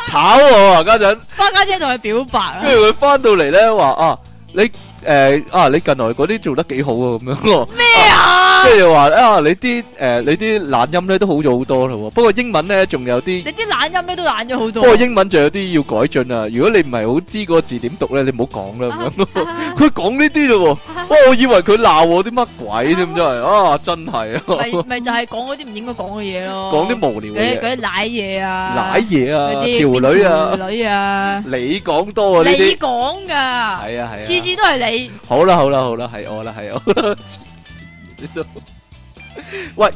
Speaker 1: 炒我啊家陣！
Speaker 2: 花家姐同佢表白啊
Speaker 1: 跟，住佢翻到嚟咧話啊，你誒啊，你近來嗰啲做得幾好啊咁樣喎。
Speaker 2: 咩啊？
Speaker 1: 跟住話啊，你啲誒你啲懶音咧都好咗好多啦喎。不過英文咧仲有啲
Speaker 2: 你，啲懶音咧都懶咗好
Speaker 1: 不
Speaker 2: 多
Speaker 1: 過英文仲有啲要改進啊。如果你唔係好知個字點讀咧，你唔好講啦咁樣。
Speaker 2: 啊，
Speaker 1: 佢講呢啲咯喎，哇！我以為佢鬧我啲乜鬼添，真係啊，真係
Speaker 2: 咪
Speaker 1: 啊，
Speaker 2: 咪就係講嗰啲唔應該講嘅嘢咯，
Speaker 1: 講啲無聊
Speaker 2: 嗰
Speaker 1: 嘅
Speaker 2: 啲
Speaker 1: 嘢，
Speaker 2: 嗰啲奶嘢啊，
Speaker 1: 奶嘢啊，條女啊，
Speaker 2: 女啊，
Speaker 1: 你講多啊呢
Speaker 2: 你
Speaker 1: 啲，
Speaker 2: 講噶，
Speaker 1: 係啊係
Speaker 2: 次
Speaker 1: 啊，
Speaker 2: 次都係你，
Speaker 1: 好啦好啦好啦，係我啦係我 啦，你都喂，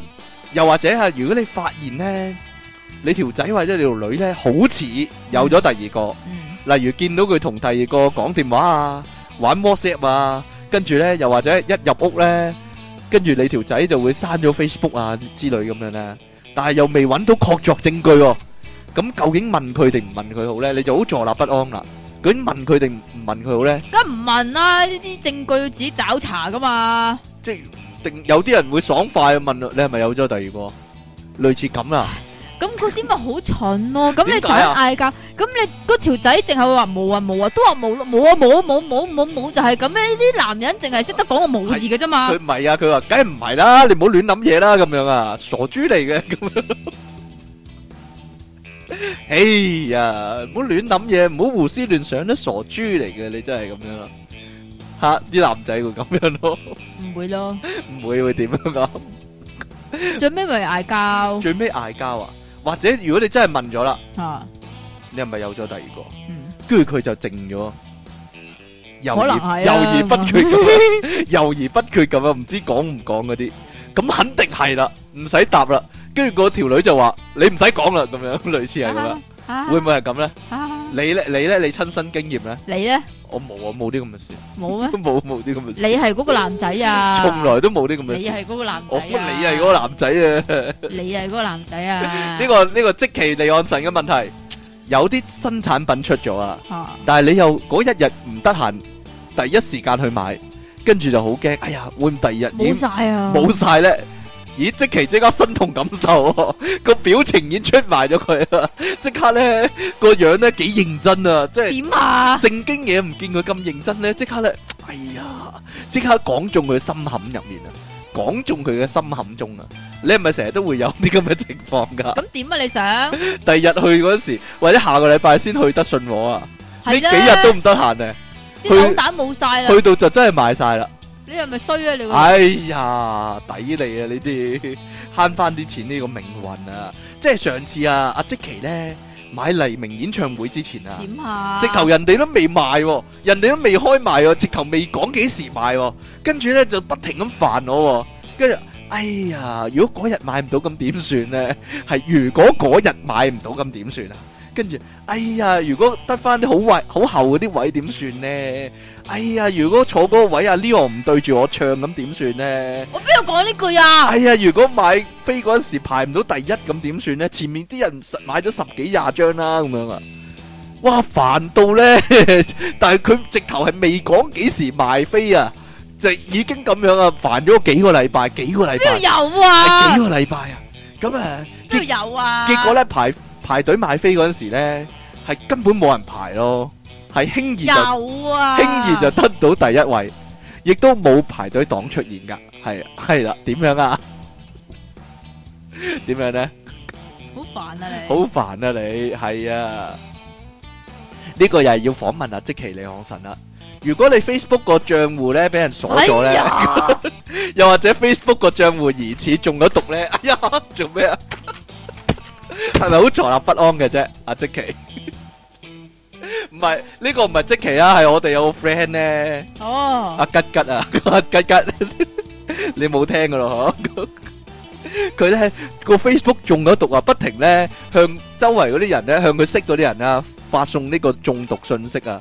Speaker 1: 又或者係如果你發現咧，你條仔或者你條女咧，好似有咗第二個。
Speaker 2: 嗯，
Speaker 1: 例如見到佢同第二個講電話啊，玩 WhatsApp 啊，跟住咧又或者一入屋咧，跟住你條仔就會刪咗 Facebook 啊之類咁樣咧，但係又未揾到確鑿證據喎，咁究竟問佢定唔問佢好咧？你就好坐立不安啦。究竟問佢定唔問佢好咧？
Speaker 2: 梗唔問啦，呢啲證據要自己找查噶嘛，
Speaker 1: 即係定有啲人會爽快咁問你係咪有咗第二個？類似咁啦，
Speaker 2: 咁嗰啲咪好蠢咯。咁你
Speaker 1: 點
Speaker 2: 仲
Speaker 1: 解啊
Speaker 2: 嗌交，咁你嗰條仔淨係會話冇啊冇啊，都話冇咯冇啊冇啊冇冇冇冇就係咁樣。呢啲男人淨係識得講個冇字嘅啫嘛
Speaker 1: 佢。唔係啊，佢話梗係唔係啦，你唔好亂諗嘢啦，咁樣啊，傻豬嚟嘅咁樣。 哎呀，唔好亂諗嘢，唔好胡思亂想啦，傻豬嚟嘅，你真係咁樣啦。吓，啲男仔會咁樣咯，
Speaker 2: 唔會咯，
Speaker 1: 唔會會點樣啊？
Speaker 2: 最尾咪嗌交
Speaker 1: 最尾嗌交啊，或者如果你真係問咗啦，
Speaker 2: 吓，
Speaker 1: 你係咪有咗第二個？
Speaker 2: 嗯，
Speaker 1: 跟住佢就靜咗，猶
Speaker 2: 可能
Speaker 1: 豫
Speaker 2: 係
Speaker 1: 猶
Speaker 2: 啊
Speaker 1: 豫不決咁樣， 猶豫不決咁樣，唔知講唔講嗰啲，咁肯定係啦，唔使答啦。跟住嗰條女就話：你唔使講啦，咁樣 類似係咁啦。
Speaker 2: 啊
Speaker 1: 會唔會係咁咧？
Speaker 2: 啊
Speaker 1: 你咧，你咧，你親身經驗咧？
Speaker 2: 你咧
Speaker 1: 我冇啊，冇啲咁嘅事，
Speaker 2: 冇咩？
Speaker 1: 冇冇啲咁嘅
Speaker 2: 你
Speaker 1: 事，
Speaker 2: 係嗰個男仔啊？
Speaker 1: 從來都冇啲咁嘅
Speaker 2: 你
Speaker 1: 事。
Speaker 2: 係嗰個男仔
Speaker 1: 我
Speaker 2: 啊？
Speaker 1: 你係嗰個男仔啊！
Speaker 2: 你係嗰個男仔啊？
Speaker 1: 呢個呢個即其利岸神嘅問題，有啲新產品出咗啊！
Speaker 2: 吓
Speaker 1: 但係你又嗰一日唔得閒，第一時間去買，跟住就好驚。哎呀，會唔會第二日已
Speaker 2: 冇
Speaker 1: 經
Speaker 2: 晒啊！
Speaker 1: 冇晒呢？咦，即期即刻身同感受、 喎，個表情已經出埋咗佢 啦，即刻呢個樣呢幾認真啊，即係
Speaker 2: 點啊？
Speaker 1: 正經嘢唔見佢咁認真呢，即刻呢，哎呀，即刻講中佢心坎入面啊，講中佢嘅心坎中啊，你係咪成日都會有啲咁嘅情況㗎？
Speaker 2: 咁點啊？你想
Speaker 1: 第二日去嗰時，或者下個禮拜先去得信我啊，呢幾
Speaker 2: 係啦，
Speaker 1: 日都唔得閒啊！
Speaker 2: 啲扭蛋冇晒啦，
Speaker 1: 去到就真係賣晒啦！
Speaker 2: 你係咪衰啊？你個
Speaker 1: 哎呀，抵你啊！呢啲慳翻啲錢呢個命運啊！即係上次啊，阿即奇咧買黎明演唱會之前啊，
Speaker 2: 點啊？
Speaker 1: 直頭人哋都未賣喎，人哋都未開賣喎，直頭未講幾時賣喎，跟住咧就不停咁煩我喎，跟住。哎呀！如果嗰日買唔到咁點算呢？係如果嗰日買唔到咁點算啊？跟住，哎呀！如果得翻啲好位、好後嗰啲位點算呢？哎呀！如果坐嗰個位啊，Leon 唔對住我唱咁點算呢？
Speaker 2: 我邊度講呢句 啊？
Speaker 1: 哎呀！如果買飛嗰陣時排唔到第一咁點算呢？前面啲人實買咗十幾廿張啦，咁樣啊！哇，煩到呢！ 但係佢直頭係未講幾時賣飛啊，就已經咁樣啊，煩咗幾個禮拜，幾個禮
Speaker 2: 邊度
Speaker 1: 拜，
Speaker 2: 有
Speaker 1: 係
Speaker 2: 啊
Speaker 1: 幾？個禮拜啊！咁啊，
Speaker 2: 邊度有啊？
Speaker 1: 結果呢，排排隊買飛嗰陣時呢，係根本冇人排咯，係輕易就
Speaker 2: 有啊，
Speaker 1: 輕易就得到第一位，亦都冇排隊黨出現噶，係係啦，點樣啊？ 點樣呢？
Speaker 2: 好煩啊你。
Speaker 1: 好煩啊你，係啊，呢個又係要訪問啊，即其李昂臣啦。如果你 Facebook 個帳戶呢俾人鎖咗
Speaker 2: 哎
Speaker 1: 呢，
Speaker 2: 呀，
Speaker 1: 又或者 Facebook 個帳戶疑似中咗毒呢， 哎呀，做咩啊？ 係咪好坐立不安嘅啫？阿即其，唔係呢個唔係即其啊，係我哋有個 friend 呢。
Speaker 2: 哦，
Speaker 1: 阿吉吉 啊，阿吉吉，你冇聽噶咯 嗬？佢咧個 Facebook 中咗毒啊，不停咧向周圍嗰啲人咧，向佢識嗰啲人啊，發送呢個中毒信息啊，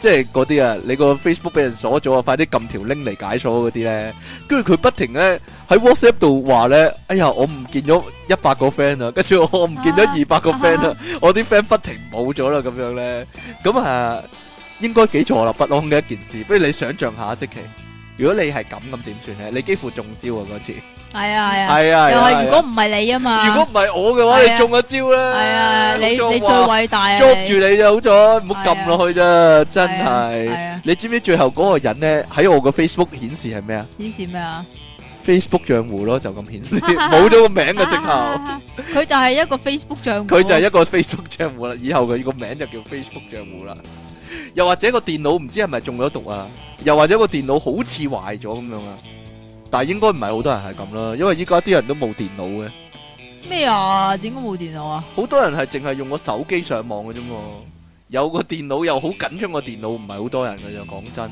Speaker 1: 即係嗰啲啊，你個 à, Facebook 俾人鎖咗啊，快啲撳條 link 嚟解鎖嗰啲咧，跟住佢不停咧喺 WhatsApp 度話咧，哎呀，我唔見咗一百個 friend 啊，跟住我唔見咗
Speaker 2: 啊
Speaker 1: 二百個 friend 啊
Speaker 2: 啊，
Speaker 1: 我啲 friend 不停冇咗啦，咁樣咧，咁啊。應該幾坐立不安嘅一件事。不如你想象下，即其如果你係咁咁點算咧？你幾乎中招啊嗰次。
Speaker 2: 係啊係啊，
Speaker 1: 係啊，
Speaker 2: 又
Speaker 1: 係啊
Speaker 2: 係如果唔係你啊嘛，
Speaker 1: 如果唔係我嘅話，
Speaker 2: 係
Speaker 1: 你
Speaker 2: 啊
Speaker 1: 中咗招啦。
Speaker 2: 係啊，你
Speaker 1: 中
Speaker 2: 你最
Speaker 1: 話
Speaker 2: 偉大啊，
Speaker 1: 捉住你就好咗，唔好撳落去啫，真
Speaker 2: à?
Speaker 1: 係。
Speaker 2: 係啊，
Speaker 1: 你知唔知最後嗰個人咧喺我個 Facebook 顯示係咩 啊
Speaker 2: 以前咩啊？
Speaker 1: ？Facebook 賬戶咯，就咁顯示，冇咗個名嘅直頭。
Speaker 2: 佢就係一個 Facebook 帳戶，
Speaker 1: 佢就係一個 Facebook 賬户啦，以後佢個名就叫 Facebook 賬户啦。又或者個電腦唔知係咪中咗毒啊？又或者個電腦好似壞咗咁樣啊？但係應該唔係好多人係咁啦，因為依家啲人都冇電腦嘅，
Speaker 2: 咩啊？點解冇電腦啊？
Speaker 1: 好多人係淨係用個手機上網嘅啫嘛。有個電腦又好緊張個電腦，唔係好多人嘅啫。講真，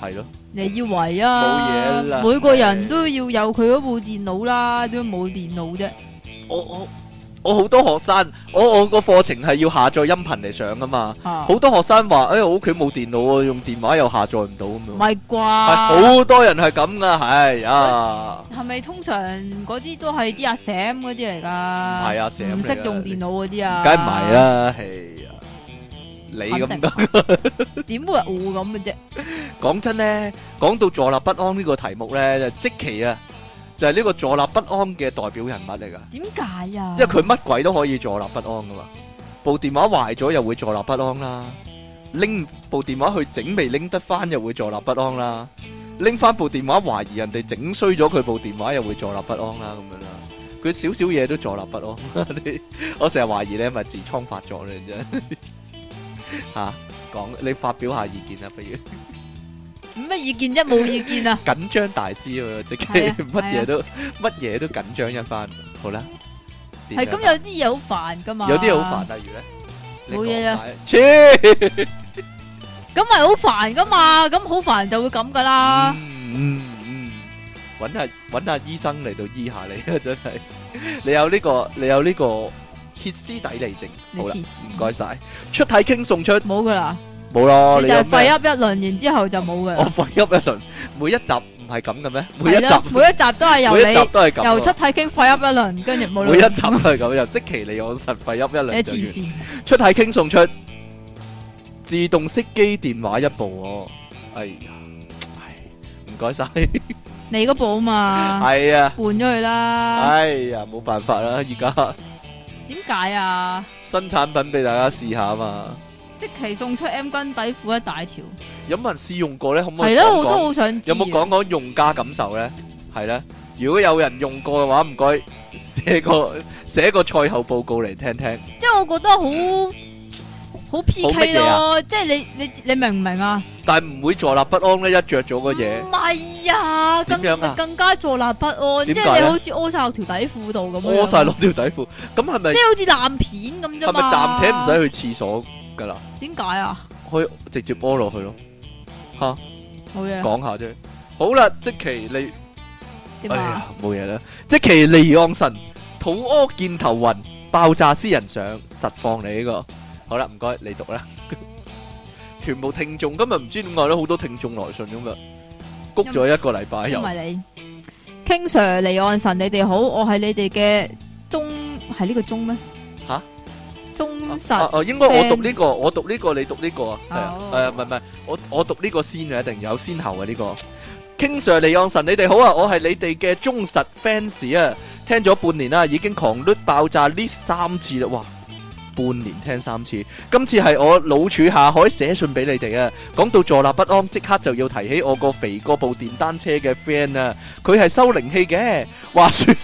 Speaker 1: 係咯，
Speaker 2: 你以為啊？
Speaker 1: 冇嘢啦
Speaker 2: 每個人都要有佢嗰部電腦啦，點解冇電腦啫？
Speaker 1: 我我我好多學生，我我個課程係要下載音頻嚟上噶嘛。
Speaker 2: 吓，
Speaker 1: 好多學生話：，誒、哎我屋企冇電腦啊，用電話又下載唔到咁樣
Speaker 2: 唔。係啩？
Speaker 1: 啊好多人係咁噶，係啊，
Speaker 2: 係咪通常嗰啲都係啲阿 Sam 嗰啲嚟噶？
Speaker 1: 唔係阿 Sam
Speaker 2: 唔識
Speaker 1: 嚟㗎
Speaker 2: 用電腦嗰啲啊？
Speaker 1: 梗唔係，啦，係啊，你咁多
Speaker 2: 點會係我咁嘅啫？
Speaker 1: 講真咧，講到坐立不安呢個題目咧，就即期啊，就係呢個坐立不安嘅代表人物嚟㗎。
Speaker 2: 點解啊？
Speaker 1: 因為佢乜鬼都可以坐立不安噶嘛。部電話壞咗又會坐立不安啦，拎部電話去整未拎得翻又會坐立不安啦，拎翻部電話懷疑人哋整衰咗佢部電話又會坐立不安啦咁樣啦。佢少少嘢都坐立不安，你 我成日懷疑你係咪痔瘡發作咧啫。 吓講你發表下意見啊，不如
Speaker 2: 咩意見啫？冇意 見啊！
Speaker 1: 緊張大師啊，即
Speaker 2: 係
Speaker 1: 係
Speaker 2: 啊
Speaker 1: 乜嘢都乜嘢都緊張一番。好啦，點
Speaker 2: 係
Speaker 1: 樣
Speaker 2: 咁有啲嘢好煩噶嘛，
Speaker 1: 有啲嘢好煩，例如咧，你
Speaker 2: 冇嘢啊
Speaker 1: 講解，切，
Speaker 2: 咁咪好煩噶嘛，咁好煩就會咁噶啦。
Speaker 1: 嗯嗯嗯，揾下揾下醫生嚟到醫下你啊， 真係，你有呢個你有呢個歇斯底里症，
Speaker 2: 你
Speaker 1: 好啦，
Speaker 2: 黐線，
Speaker 1: 唔該晒，出體傾送出，
Speaker 2: 冇噶啦，
Speaker 1: 冇咯，
Speaker 2: 你
Speaker 1: 你
Speaker 2: 就
Speaker 1: 有
Speaker 2: 係廢
Speaker 1: 咩？
Speaker 2: 噏一輪，然之後就冇噶
Speaker 1: 我
Speaker 2: 啦。
Speaker 1: 廢噏一輪，每一集唔係咁嘅咩？每一
Speaker 2: 係啦，
Speaker 1: 集
Speaker 2: 每一集都係由
Speaker 1: 每一集
Speaker 2: 你
Speaker 1: 都係咁
Speaker 2: 由出
Speaker 1: 喎，
Speaker 2: 體傾廢噏一輪，跟住冇啦。
Speaker 1: 每一集都係咁，又即其你我實廢噏一
Speaker 2: 你
Speaker 1: 輪就
Speaker 2: 黐
Speaker 1: 完。
Speaker 2: 線，
Speaker 1: 出體傾送出自動式機電話一部哦，哎呀，唉唔該晒，
Speaker 2: 你嗰部啊嘛，
Speaker 1: 係啊，
Speaker 2: 換咗佢啦。
Speaker 1: 哎呀，冇辦法啦，而家
Speaker 2: 點解啊？
Speaker 1: 新產品俾大家試下嘛，
Speaker 2: 即期送出 M 軍底褲一大條，
Speaker 1: 有冇人試用過呢？可唔可以
Speaker 2: 係咯，我
Speaker 1: 講
Speaker 2: 都
Speaker 1: 講？
Speaker 2: 好想知。
Speaker 1: 有冇講？講用家感受呢？係呢，如果有人用過嘅話，唔該寫 個寫個賽後報告嚟聽聽。
Speaker 2: 即係我覺得好好 P
Speaker 1: 好乜
Speaker 2: K
Speaker 1: 嘢啊
Speaker 2: 咯，即係你你你明唔明啊？
Speaker 1: 但係唔會坐立不安呢，一着咗個嘢
Speaker 2: 唔係啊，更
Speaker 1: 點樣啊
Speaker 2: 更加坐立不
Speaker 1: 點
Speaker 2: 安，即
Speaker 1: 解
Speaker 2: 係你
Speaker 1: 咧
Speaker 2: 好似屙晒落條底褲度咁樣，
Speaker 1: 屙晒落條底褲，咁係咪
Speaker 2: 即係好似爛片咁啫
Speaker 1: 係咪
Speaker 2: 嘛。
Speaker 1: 暫且唔使去廁所㗎啦？
Speaker 2: 使？點解啊？
Speaker 1: 可以直接屙落去咯，
Speaker 2: 冇嘢啦，
Speaker 1: 講下啫。好啦，即其利，
Speaker 2: 點
Speaker 1: 哎
Speaker 2: 啊？
Speaker 1: 呀，冇嘢啦。即其利昂神，肚屙見頭暈，爆炸私人相，實況你呢個。好啦，唔 該，你讀啦。全部聽眾今日唔知點解咧，好多聽眾來信咁啊，谷咗一個禮拜
Speaker 2: 因
Speaker 1: 又
Speaker 2: 為你 King Sir 離岸神，你哋好，我係你哋嘅忠，係呢個忠咩？
Speaker 1: 吓
Speaker 2: 忠
Speaker 1: 啊
Speaker 2: 實
Speaker 1: 啊，應該我讀
Speaker 2: friend
Speaker 1: 呢個，我讀呢個，你讀呢個啊，係啊，誒
Speaker 2: 哦
Speaker 1: 唔係唔係，我我讀呢個先啊，一定有先後嘅呢個。King Sir 離岸神，你哋好啊！我係你哋嘅忠實 fans 啊，聽咗半年啦，已經狂率爆炸呢三次啦，哇！半年聽三次，今次係我老處下海寫信俾你哋啊！講到坐立不安，即刻就要提起我個肥過部電單車嘅 friend 啊，佢係收靈氣嘅。 話說，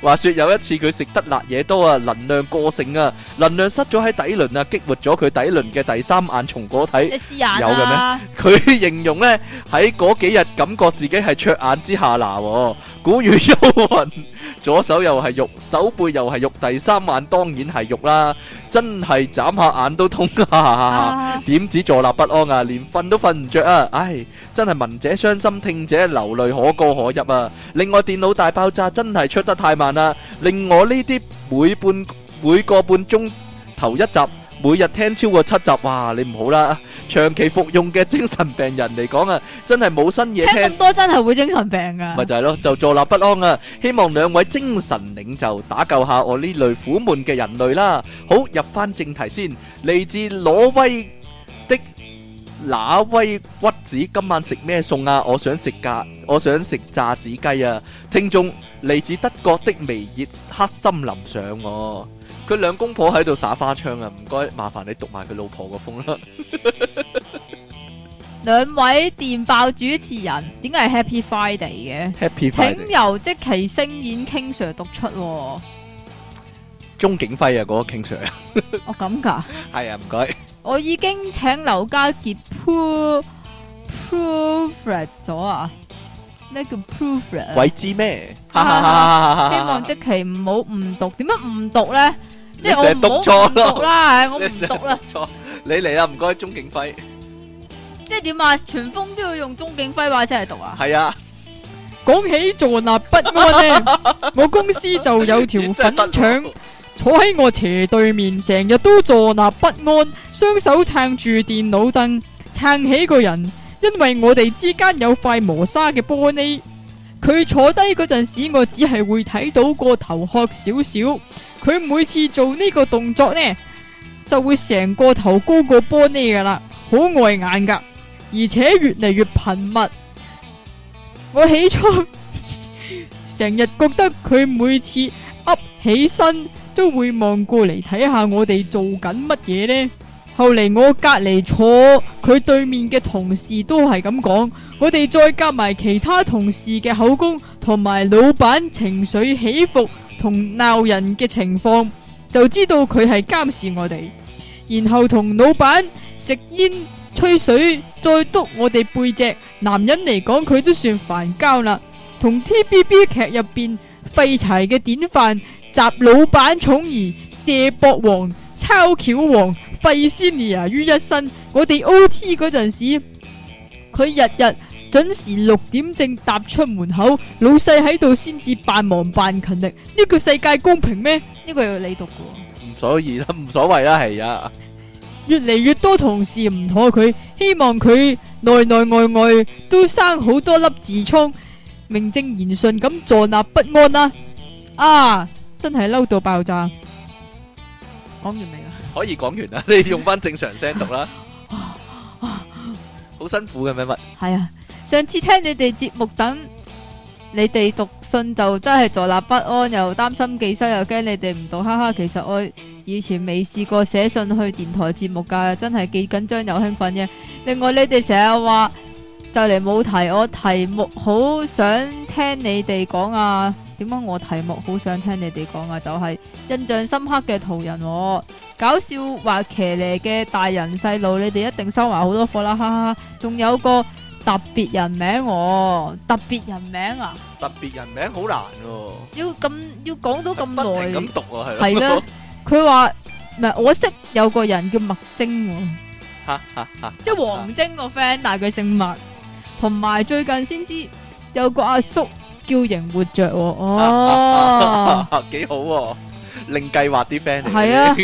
Speaker 1: 話說有一次佢食得辣嘢多啊，能量過剩啊，能量塞咗喺底輪啊，激活咗佢底輪嘅第三眼松果體。
Speaker 2: 即係私眼
Speaker 1: 有嘅
Speaker 2: 啦，
Speaker 1: 佢形容呢，喺嗰幾日感覺自己係灼眼之下拿、喎，古語幽云，左手又係肉，手背又係肉，第三眼當然係肉啦，真係眨下眼都痛啊！
Speaker 2: 啊
Speaker 1: 點止坐立不安啊，連瞓都瞓唔着啊！唉，真係聞者傷心，聽者流淚，可歌可泣啊！另外電腦大爆炸真係出得太慢啦，令我呢啲每半每個半鐘頭一集，每日聽超過七集，哇！你唔好啦，長期服用嘅精神病人嚟講啊，真係冇新嘢
Speaker 2: 聽
Speaker 1: 聽。
Speaker 2: 咁多真係會精神病噶
Speaker 1: 咪。就係咯，就坐立不安啊！希望兩位精神領袖打救下我呢類苦悶嘅人類啦。好，入翻正題先，嚟自挪威的那威骨子，今晚食咩餸啊？我想食炸，我想食炸子雞啊！聽眾嚟自德國的微熱黑森林上我、佢兩公婆喺度耍花槍啊！唔該，麻煩你讀埋佢老婆個封啦。
Speaker 2: 兩位電爆主持人，點解係 Happy Friday 嘅？
Speaker 1: Happy
Speaker 2: 請
Speaker 1: Friday，
Speaker 2: 由即其聲演 King Sir 讀出喎、哦，
Speaker 1: 鐘景輝啊，嗰、個 King Sir 啊，
Speaker 2: 咁噶？
Speaker 1: 係啊，唔該，
Speaker 2: 我已經請劉家傑 proof proof 咗啊，咩叫 proof
Speaker 1: 鬼知咩？
Speaker 2: 哈哈
Speaker 1: 哈
Speaker 2: 希望即其唔好誤讀，點樣誤讀咧？即係
Speaker 1: 你
Speaker 2: 我
Speaker 1: 成日
Speaker 2: 唔
Speaker 1: 讀
Speaker 2: 好
Speaker 1: 錯咯
Speaker 2: 誤讀啦，唉我唔
Speaker 1: 你成日
Speaker 2: 讀啦。
Speaker 1: 錯，你嚟啦，唔該，鐘景輝，
Speaker 2: 即係點啊？全封都要用鐘景輝話出嚟讀啊？
Speaker 1: 係啊，
Speaker 4: 講起坐立不 安呢，我公司就有條
Speaker 1: 真係
Speaker 4: 粉
Speaker 1: 得
Speaker 4: 腸
Speaker 1: 喎，
Speaker 4: 坐喺我斜對面，成日都坐立不安，雙手撐住電腦凳，撐起個人，因為我哋之間有塊磨砂嘅玻璃。佢坐低嗰陣時，我只係會睇到個頭殼少少。佢每次做呢個動作呢，就會成個頭高過玻璃噶啦，好礙眼噶，而且越嚟越頻密。我起初成日覺得佢每次噏起身都會望過嚟睇下我哋做緊乜嘢呢。後嚟我隔離坐佢對面嘅同事都係咁講，我哋再夾埋其他同事嘅口供同埋老闆情緒起伏同鬧人嘅情況，就知道佢係監視我哋，然後同老闆食煙吹水，再督我哋背脊。男人嚟講，佢都算煩交啦。同 TBB 劇入邊廢柴嘅典範，集老闆寵兒、射博王、抄橋王、費仙尼亞於一身。我哋 OT 嗰陣時，佢日日準時六點正踏出門口，老細喺度先至扮忙扮勤力。呢個世界公平咩？
Speaker 2: 呢個要你讀噶，
Speaker 1: 唔所以啦，唔所謂啦，係啊，
Speaker 4: 越嚟越多同事唔妥佢，希望佢內內外外都生好多粒痔瘡，名正言順咁坐立不安啦、啊！真係嬲到爆炸！
Speaker 3: 講完未啊？
Speaker 1: 可以講完啦，你用翻正常聲讀啦。好辛苦嘅咩乜？
Speaker 2: 係啊。上次聽你哋節目等你哋讀信就真係坐立不安，又擔心寄失，又驚你哋唔讀，哈哈。其實我以前未試過寫信去電台節目㗎，真係幾緊張又興奮嘅。另外你哋成日話就嚟冇題，我題目好想聽你哋講啊。點解我題目好想聽你哋講啊？就係、印象深刻嘅途人、喎，搞笑或騎呢嘅大人細路，你哋一定收埋好多貨啦，哈哈。仲有個特別人名我，特別人名啊，
Speaker 1: 特別人名好難喎，
Speaker 2: 要咁要講到咁
Speaker 1: 不停
Speaker 2: 耐
Speaker 1: 咁，讀啊，
Speaker 2: 係
Speaker 1: 係
Speaker 2: 啦
Speaker 1: 咯。。
Speaker 2: 佢話唔係我識有個人叫麥晶、喎。
Speaker 1: 哈哈哈
Speaker 2: 即係王晶個 friend，但係佢姓麥，同埋最近先知有個阿叔叫仍活着、喎。哦，
Speaker 1: 哈幾好喎，另計劃啲 friend 嚟嘅。
Speaker 2: 係啊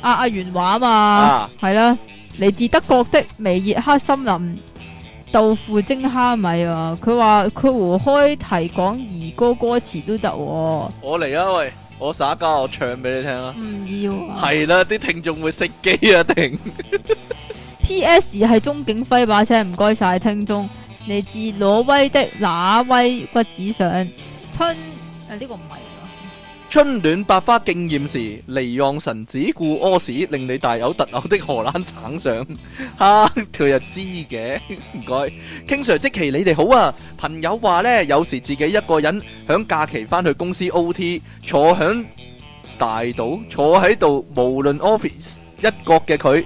Speaker 2: 阿阿袁華
Speaker 4: À.
Speaker 2: 嘛，
Speaker 1: 啊，
Speaker 2: 係啦、嚟自德國的微熱黑森林豆腐蒸蝦米啊，佢話佢胡開題講兒歌歌詞都得、喎，
Speaker 1: 我嚟啊，喂，我耍家，我唱俾你聽啊。
Speaker 2: 唔要啊。
Speaker 1: 係啦，啲聽眾會熄機啊，定
Speaker 2: P.S. 係鐘景輝把聲，唔該晒聽眾，嚟自挪威的那威骨子上春，啊呢、個唔係啊。
Speaker 1: 春暖百花敬艳時，離岸神子顧屙屎，令你大有特有的荷蘭橙上。 哈、佢又知嘅，唔該。King Sir 即期你哋好啊！朋友話呢，有時自己一個人響假期翻去公司 OT，坐響大島，坐喺度，無論 office 一角嘅佢，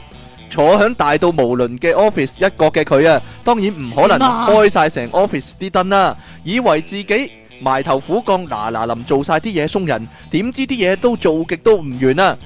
Speaker 1: 坐響大到無論嘅 office 一角嘅佢啊，當然唔可能
Speaker 2: 點啊
Speaker 1: 開晒成 office 啲燈啦，以為自己。埋頭苦幹，嗱嗱臨做晒啲嘢鬆人，點知啲嘢都做極都唔完啊！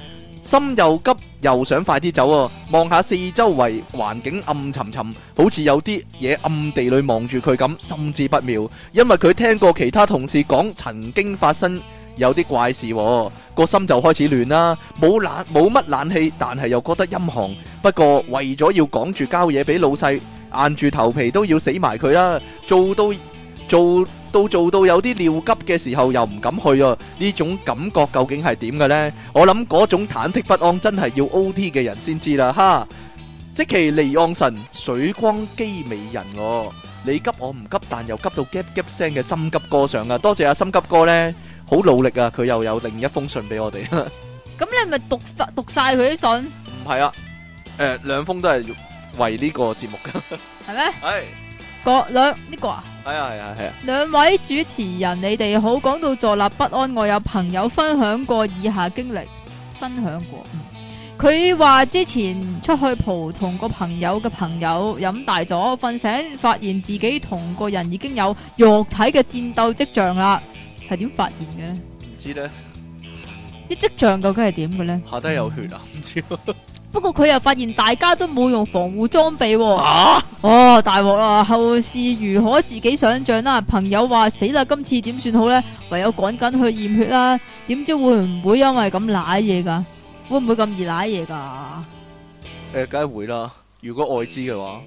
Speaker 1: 心又急又想快啲走喎、望下四周圍環境暗沉沉，好似有啲嘢暗地裏望住佢咁，心知不妙。因為佢聽過其他同事講曾經發生有啲怪事、喎，個心就開始亂啦。冇冷冇乜冷氣，但係又覺得陰寒。不過為咗要趕住交嘢俾老細，硬住頭皮都要死埋佢啦。做到做到做到有啲尿急嘅時候又唔敢去啊！呢種感覺究竟係點嘅呢？我諗嗰種忐忑不安真係要 O.T. 嘅人先知啦，哈！即其離岸神，水光肌美人喎、你急我唔急，但又急到 gap gap 聲嘅心急歌上啊！多謝阿心急哥呢，好努力啊！佢又有另一封信俾我 哋，唔
Speaker 2: 咁你咪讀法讀晒佢啲信
Speaker 1: 係啊，誒、兩封都係為呢個節目嘅，
Speaker 2: 係咩？
Speaker 1: 係
Speaker 2: 個兩呢、個啊，
Speaker 1: 係啊係啊係啊，
Speaker 2: 兩位主持人你哋好，講到坐立不安，我有朋友分享過以下經歷，分享過。嗯佢話之前出去蒲同個朋友嘅朋友飲大咗，瞓醒發現自己同個人已經有肉體嘅戰鬥跡象啦，係點發現嘅呢？
Speaker 1: 唔知呢，
Speaker 2: 啲跡象究竟係點嘅呢？
Speaker 1: 下低有血啊， 唔知喎
Speaker 2: 不過佢又發現大家都冇用防護裝備喎、
Speaker 1: 啊，
Speaker 2: 哦，大镬啦！後事如何自己想象啦。朋友話死啦，今次點算好呢？唯有趕緊去驗血啦。點知會唔會因為咁舐嘢噶？會唔會咁易舐嘢噶？
Speaker 1: 誒梗係會啦，如果外資嘅話，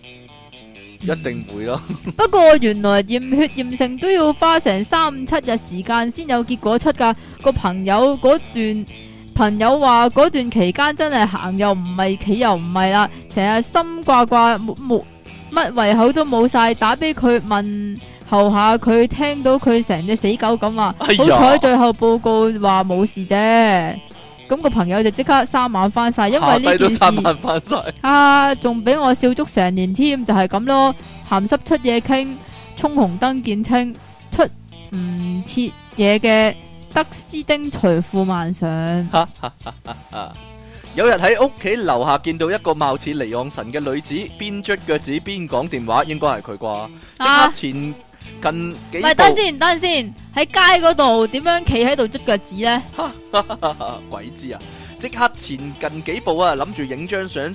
Speaker 1: 一定會啦。
Speaker 2: 不過原來驗血驗性都要花成三五七日時間先有結果出㗎。個朋友嗰段朋友話嗰段期間真係行又唔係，企又唔係啦，成日心掛掛冇冇乜胃口都冇晒。打俾佢問後下佢聽到佢成隻死狗咁啊，
Speaker 1: 哎呀
Speaker 2: 好彩最後報告話冇事啫。咁個朋友就即刻三晚翻晒，因為
Speaker 1: 下
Speaker 2: 呢
Speaker 1: 低都
Speaker 2: 件
Speaker 1: 三
Speaker 2: 事
Speaker 1: 萬翻晒，
Speaker 2: 啊，仲俾我笑足成年添，就係咁咯。鹹濕出嘢傾，衝紅燈見清，出唔切嘢嘅德斯丁財富萬上。
Speaker 1: 有人喺屋企樓下見到一個貌似離岸神嘅女子，邊捽腳趾邊講電話，應該係佢啩？即
Speaker 2: 啊
Speaker 1: 刻前近幾
Speaker 2: 唔係，等陣先，等陣先，喺街嗰度點樣企喺度捽腳趾咧？
Speaker 1: 步，鬼知啊！即刻前近幾步啊，諗住影張相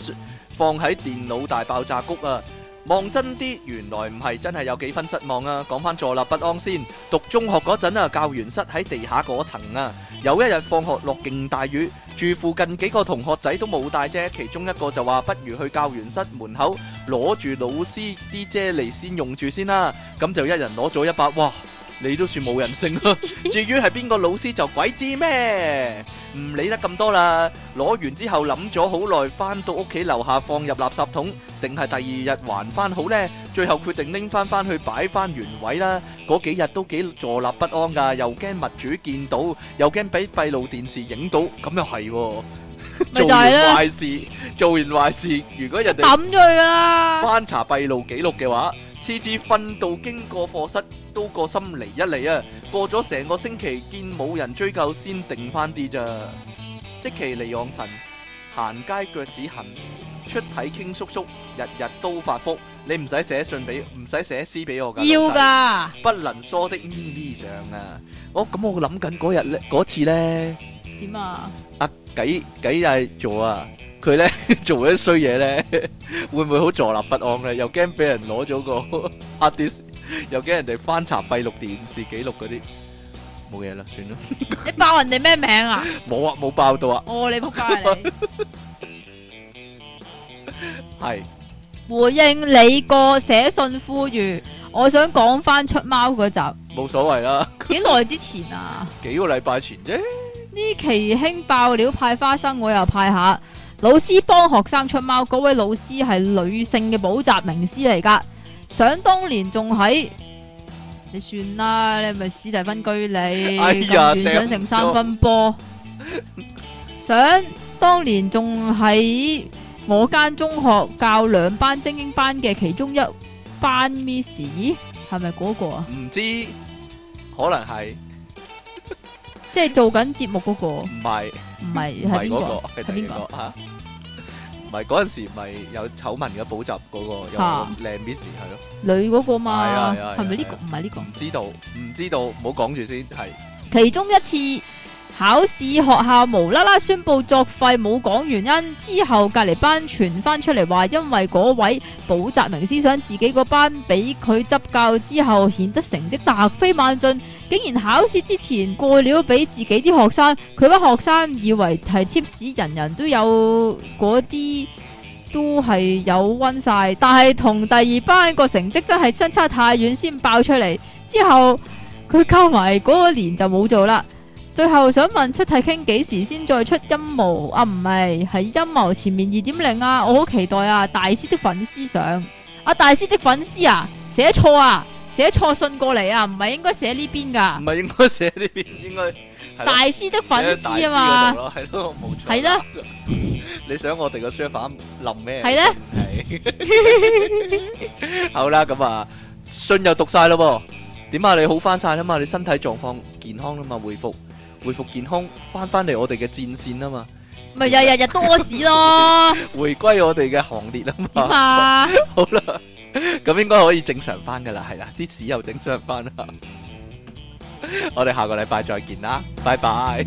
Speaker 1: 放喺電腦大爆炸谷啊！望真啲，原來唔係真係有幾分失望啊！講翻坐立不安先，讀中學嗰陣啊，教員室喺地下嗰層啊，有一日放學落勁大雨，住附近幾個同學仔都冇帶啫，其中一個就話不如去教員室門口攞住老師啲啫嚟先用住先啦，咁就一人攞咗一百，哇！你都算冇人性啦！至於係邊個老師就鬼知咩，唔理得咁多啦。攞完之後諗咗好耐，翻到屋企樓下放入垃圾桶。定係第二日還翻好呢？最後決定拎翻翻去擺翻原位啦。嗰幾日都幾坐立不安噶，又驚物主見到，又驚俾閉路電視影到，咁又係喎。做
Speaker 2: 咪就係
Speaker 1: 完
Speaker 2: 啦
Speaker 1: 壞事，做完壞事，如果人哋
Speaker 2: 抌咗佢啦！
Speaker 1: 翻查閉路記錄嘅話，次次瞓到經過課室都個心離一離啊！過咗成個星期，見冇人追究，先定翻啲咋。即其離岸神，行街腳趾痕，出體傾叔叔，日日都發福。你唔使寫信俾，唔使寫詩俾我㗎。
Speaker 2: 要
Speaker 1: 老細
Speaker 2: 噶，
Speaker 1: 不能疏的咪咪上啊！我咁我諗緊嗰日咧，嗰次咧，
Speaker 2: 點啊？
Speaker 1: 阿幾幾日做啊？佢 咧做咗啲衰嘢 咧，會唔會好坐立不安咧？又驚俾人攞咗 個 hard disk，又驚人哋翻查閉錄電視記錄嗰啲，冇嘢啦，算 啦，
Speaker 2: 你爆人哋咩名啊？
Speaker 1: 冇啊，冇爆到啊，
Speaker 2: 哦，你仆街
Speaker 1: 係
Speaker 2: 你！回應你個寫信呼籲，我想講翻出貓嗰集，
Speaker 1: 冇所謂啦，
Speaker 2: 幾耐之前啊？
Speaker 1: 幾個禮拜前啫，
Speaker 2: 呢期興爆料派花生，我又派下。老師幫學生出貓，嗰位老師係女性嘅補習名師嚟噶。想當年仲喺，你算啦，你係咪史蒂芬居里
Speaker 1: 哎
Speaker 2: 咁
Speaker 1: 呀
Speaker 2: 遠想成
Speaker 1: 掟
Speaker 2: 三
Speaker 1: 咗
Speaker 2: 分波。想當年仲喺我間中學教兩班精英班嘅其中一班 Miss，咦係咪嗰個啊？
Speaker 1: 唔知可能係
Speaker 2: 即係做緊節目嗰、個，唔
Speaker 1: 唔係
Speaker 2: 係
Speaker 1: 唔
Speaker 2: 係
Speaker 1: 係嗰
Speaker 2: 邊個
Speaker 1: 個
Speaker 2: 啊？
Speaker 1: 係
Speaker 2: 係
Speaker 1: 第
Speaker 2: 邊
Speaker 1: 二
Speaker 2: 個啊？
Speaker 1: 個嚇，唔係嗰陣時咪有醜聞嘅補習嗰個有
Speaker 2: 啊
Speaker 1: 個靚 miss 係咯。
Speaker 2: 女嗰個
Speaker 1: 係
Speaker 2: 嘛
Speaker 1: 啊係啊，
Speaker 2: 係咪呢
Speaker 1: 係
Speaker 2: 個？
Speaker 1: 啊
Speaker 2: 唔係呢
Speaker 1: 唔知道，唔知道，唔好講住先，係
Speaker 2: 個。其中一次考試，學校無啦啦宣布作廢，冇講原因。之後隔離班傳翻出嚟話，因為嗰位補習名師想自己嗰班俾佢執教之後，顯得成績突飛猛進，竟然考試之前過料俾自己啲學生。佢班學生以為係 tips，人人都有嗰啲。都係有温晒，但係同第二班個成績真係相差太遠，先爆出嚟。之後佢溝埋嗰年就冇做啦。最後想問出體傾幾時先再出陰謀啊？唔係，係陰謀前面二點零啊！我好期待啊！大師的粉絲上啊！大師的粉絲啊，寫錯啊，寫錯信過嚟啊，唔係應該寫呢邊噶
Speaker 1: 唔。係應該寫呢邊？應該係咯
Speaker 2: 大師的粉
Speaker 1: 寫喺
Speaker 2: 絲
Speaker 1: 大
Speaker 2: 啊
Speaker 1: 師嗰
Speaker 2: 嘛，
Speaker 1: 度咯，係咯，冇錯。
Speaker 2: 係啦，
Speaker 1: 你想我哋個 server 冧咩？
Speaker 2: 係啦
Speaker 1: 係，好啦，咁啊，信又讀晒咯喎，點啊？你好翻晒啦嘛，你身體狀況健康啦嘛，回復回復健康，翻翻嚟我哋嘅戰線啦嘛，
Speaker 2: 咪日日日多屎 咯，
Speaker 1: 回歸我哋嘅行列啦
Speaker 2: 點
Speaker 1: 嘛。
Speaker 2: 啊？
Speaker 1: 好啦，咁應該可以正常翻噶啦，係啦，啲屎又正常翻啦。我哋下個禮拜再見啦，拜拜。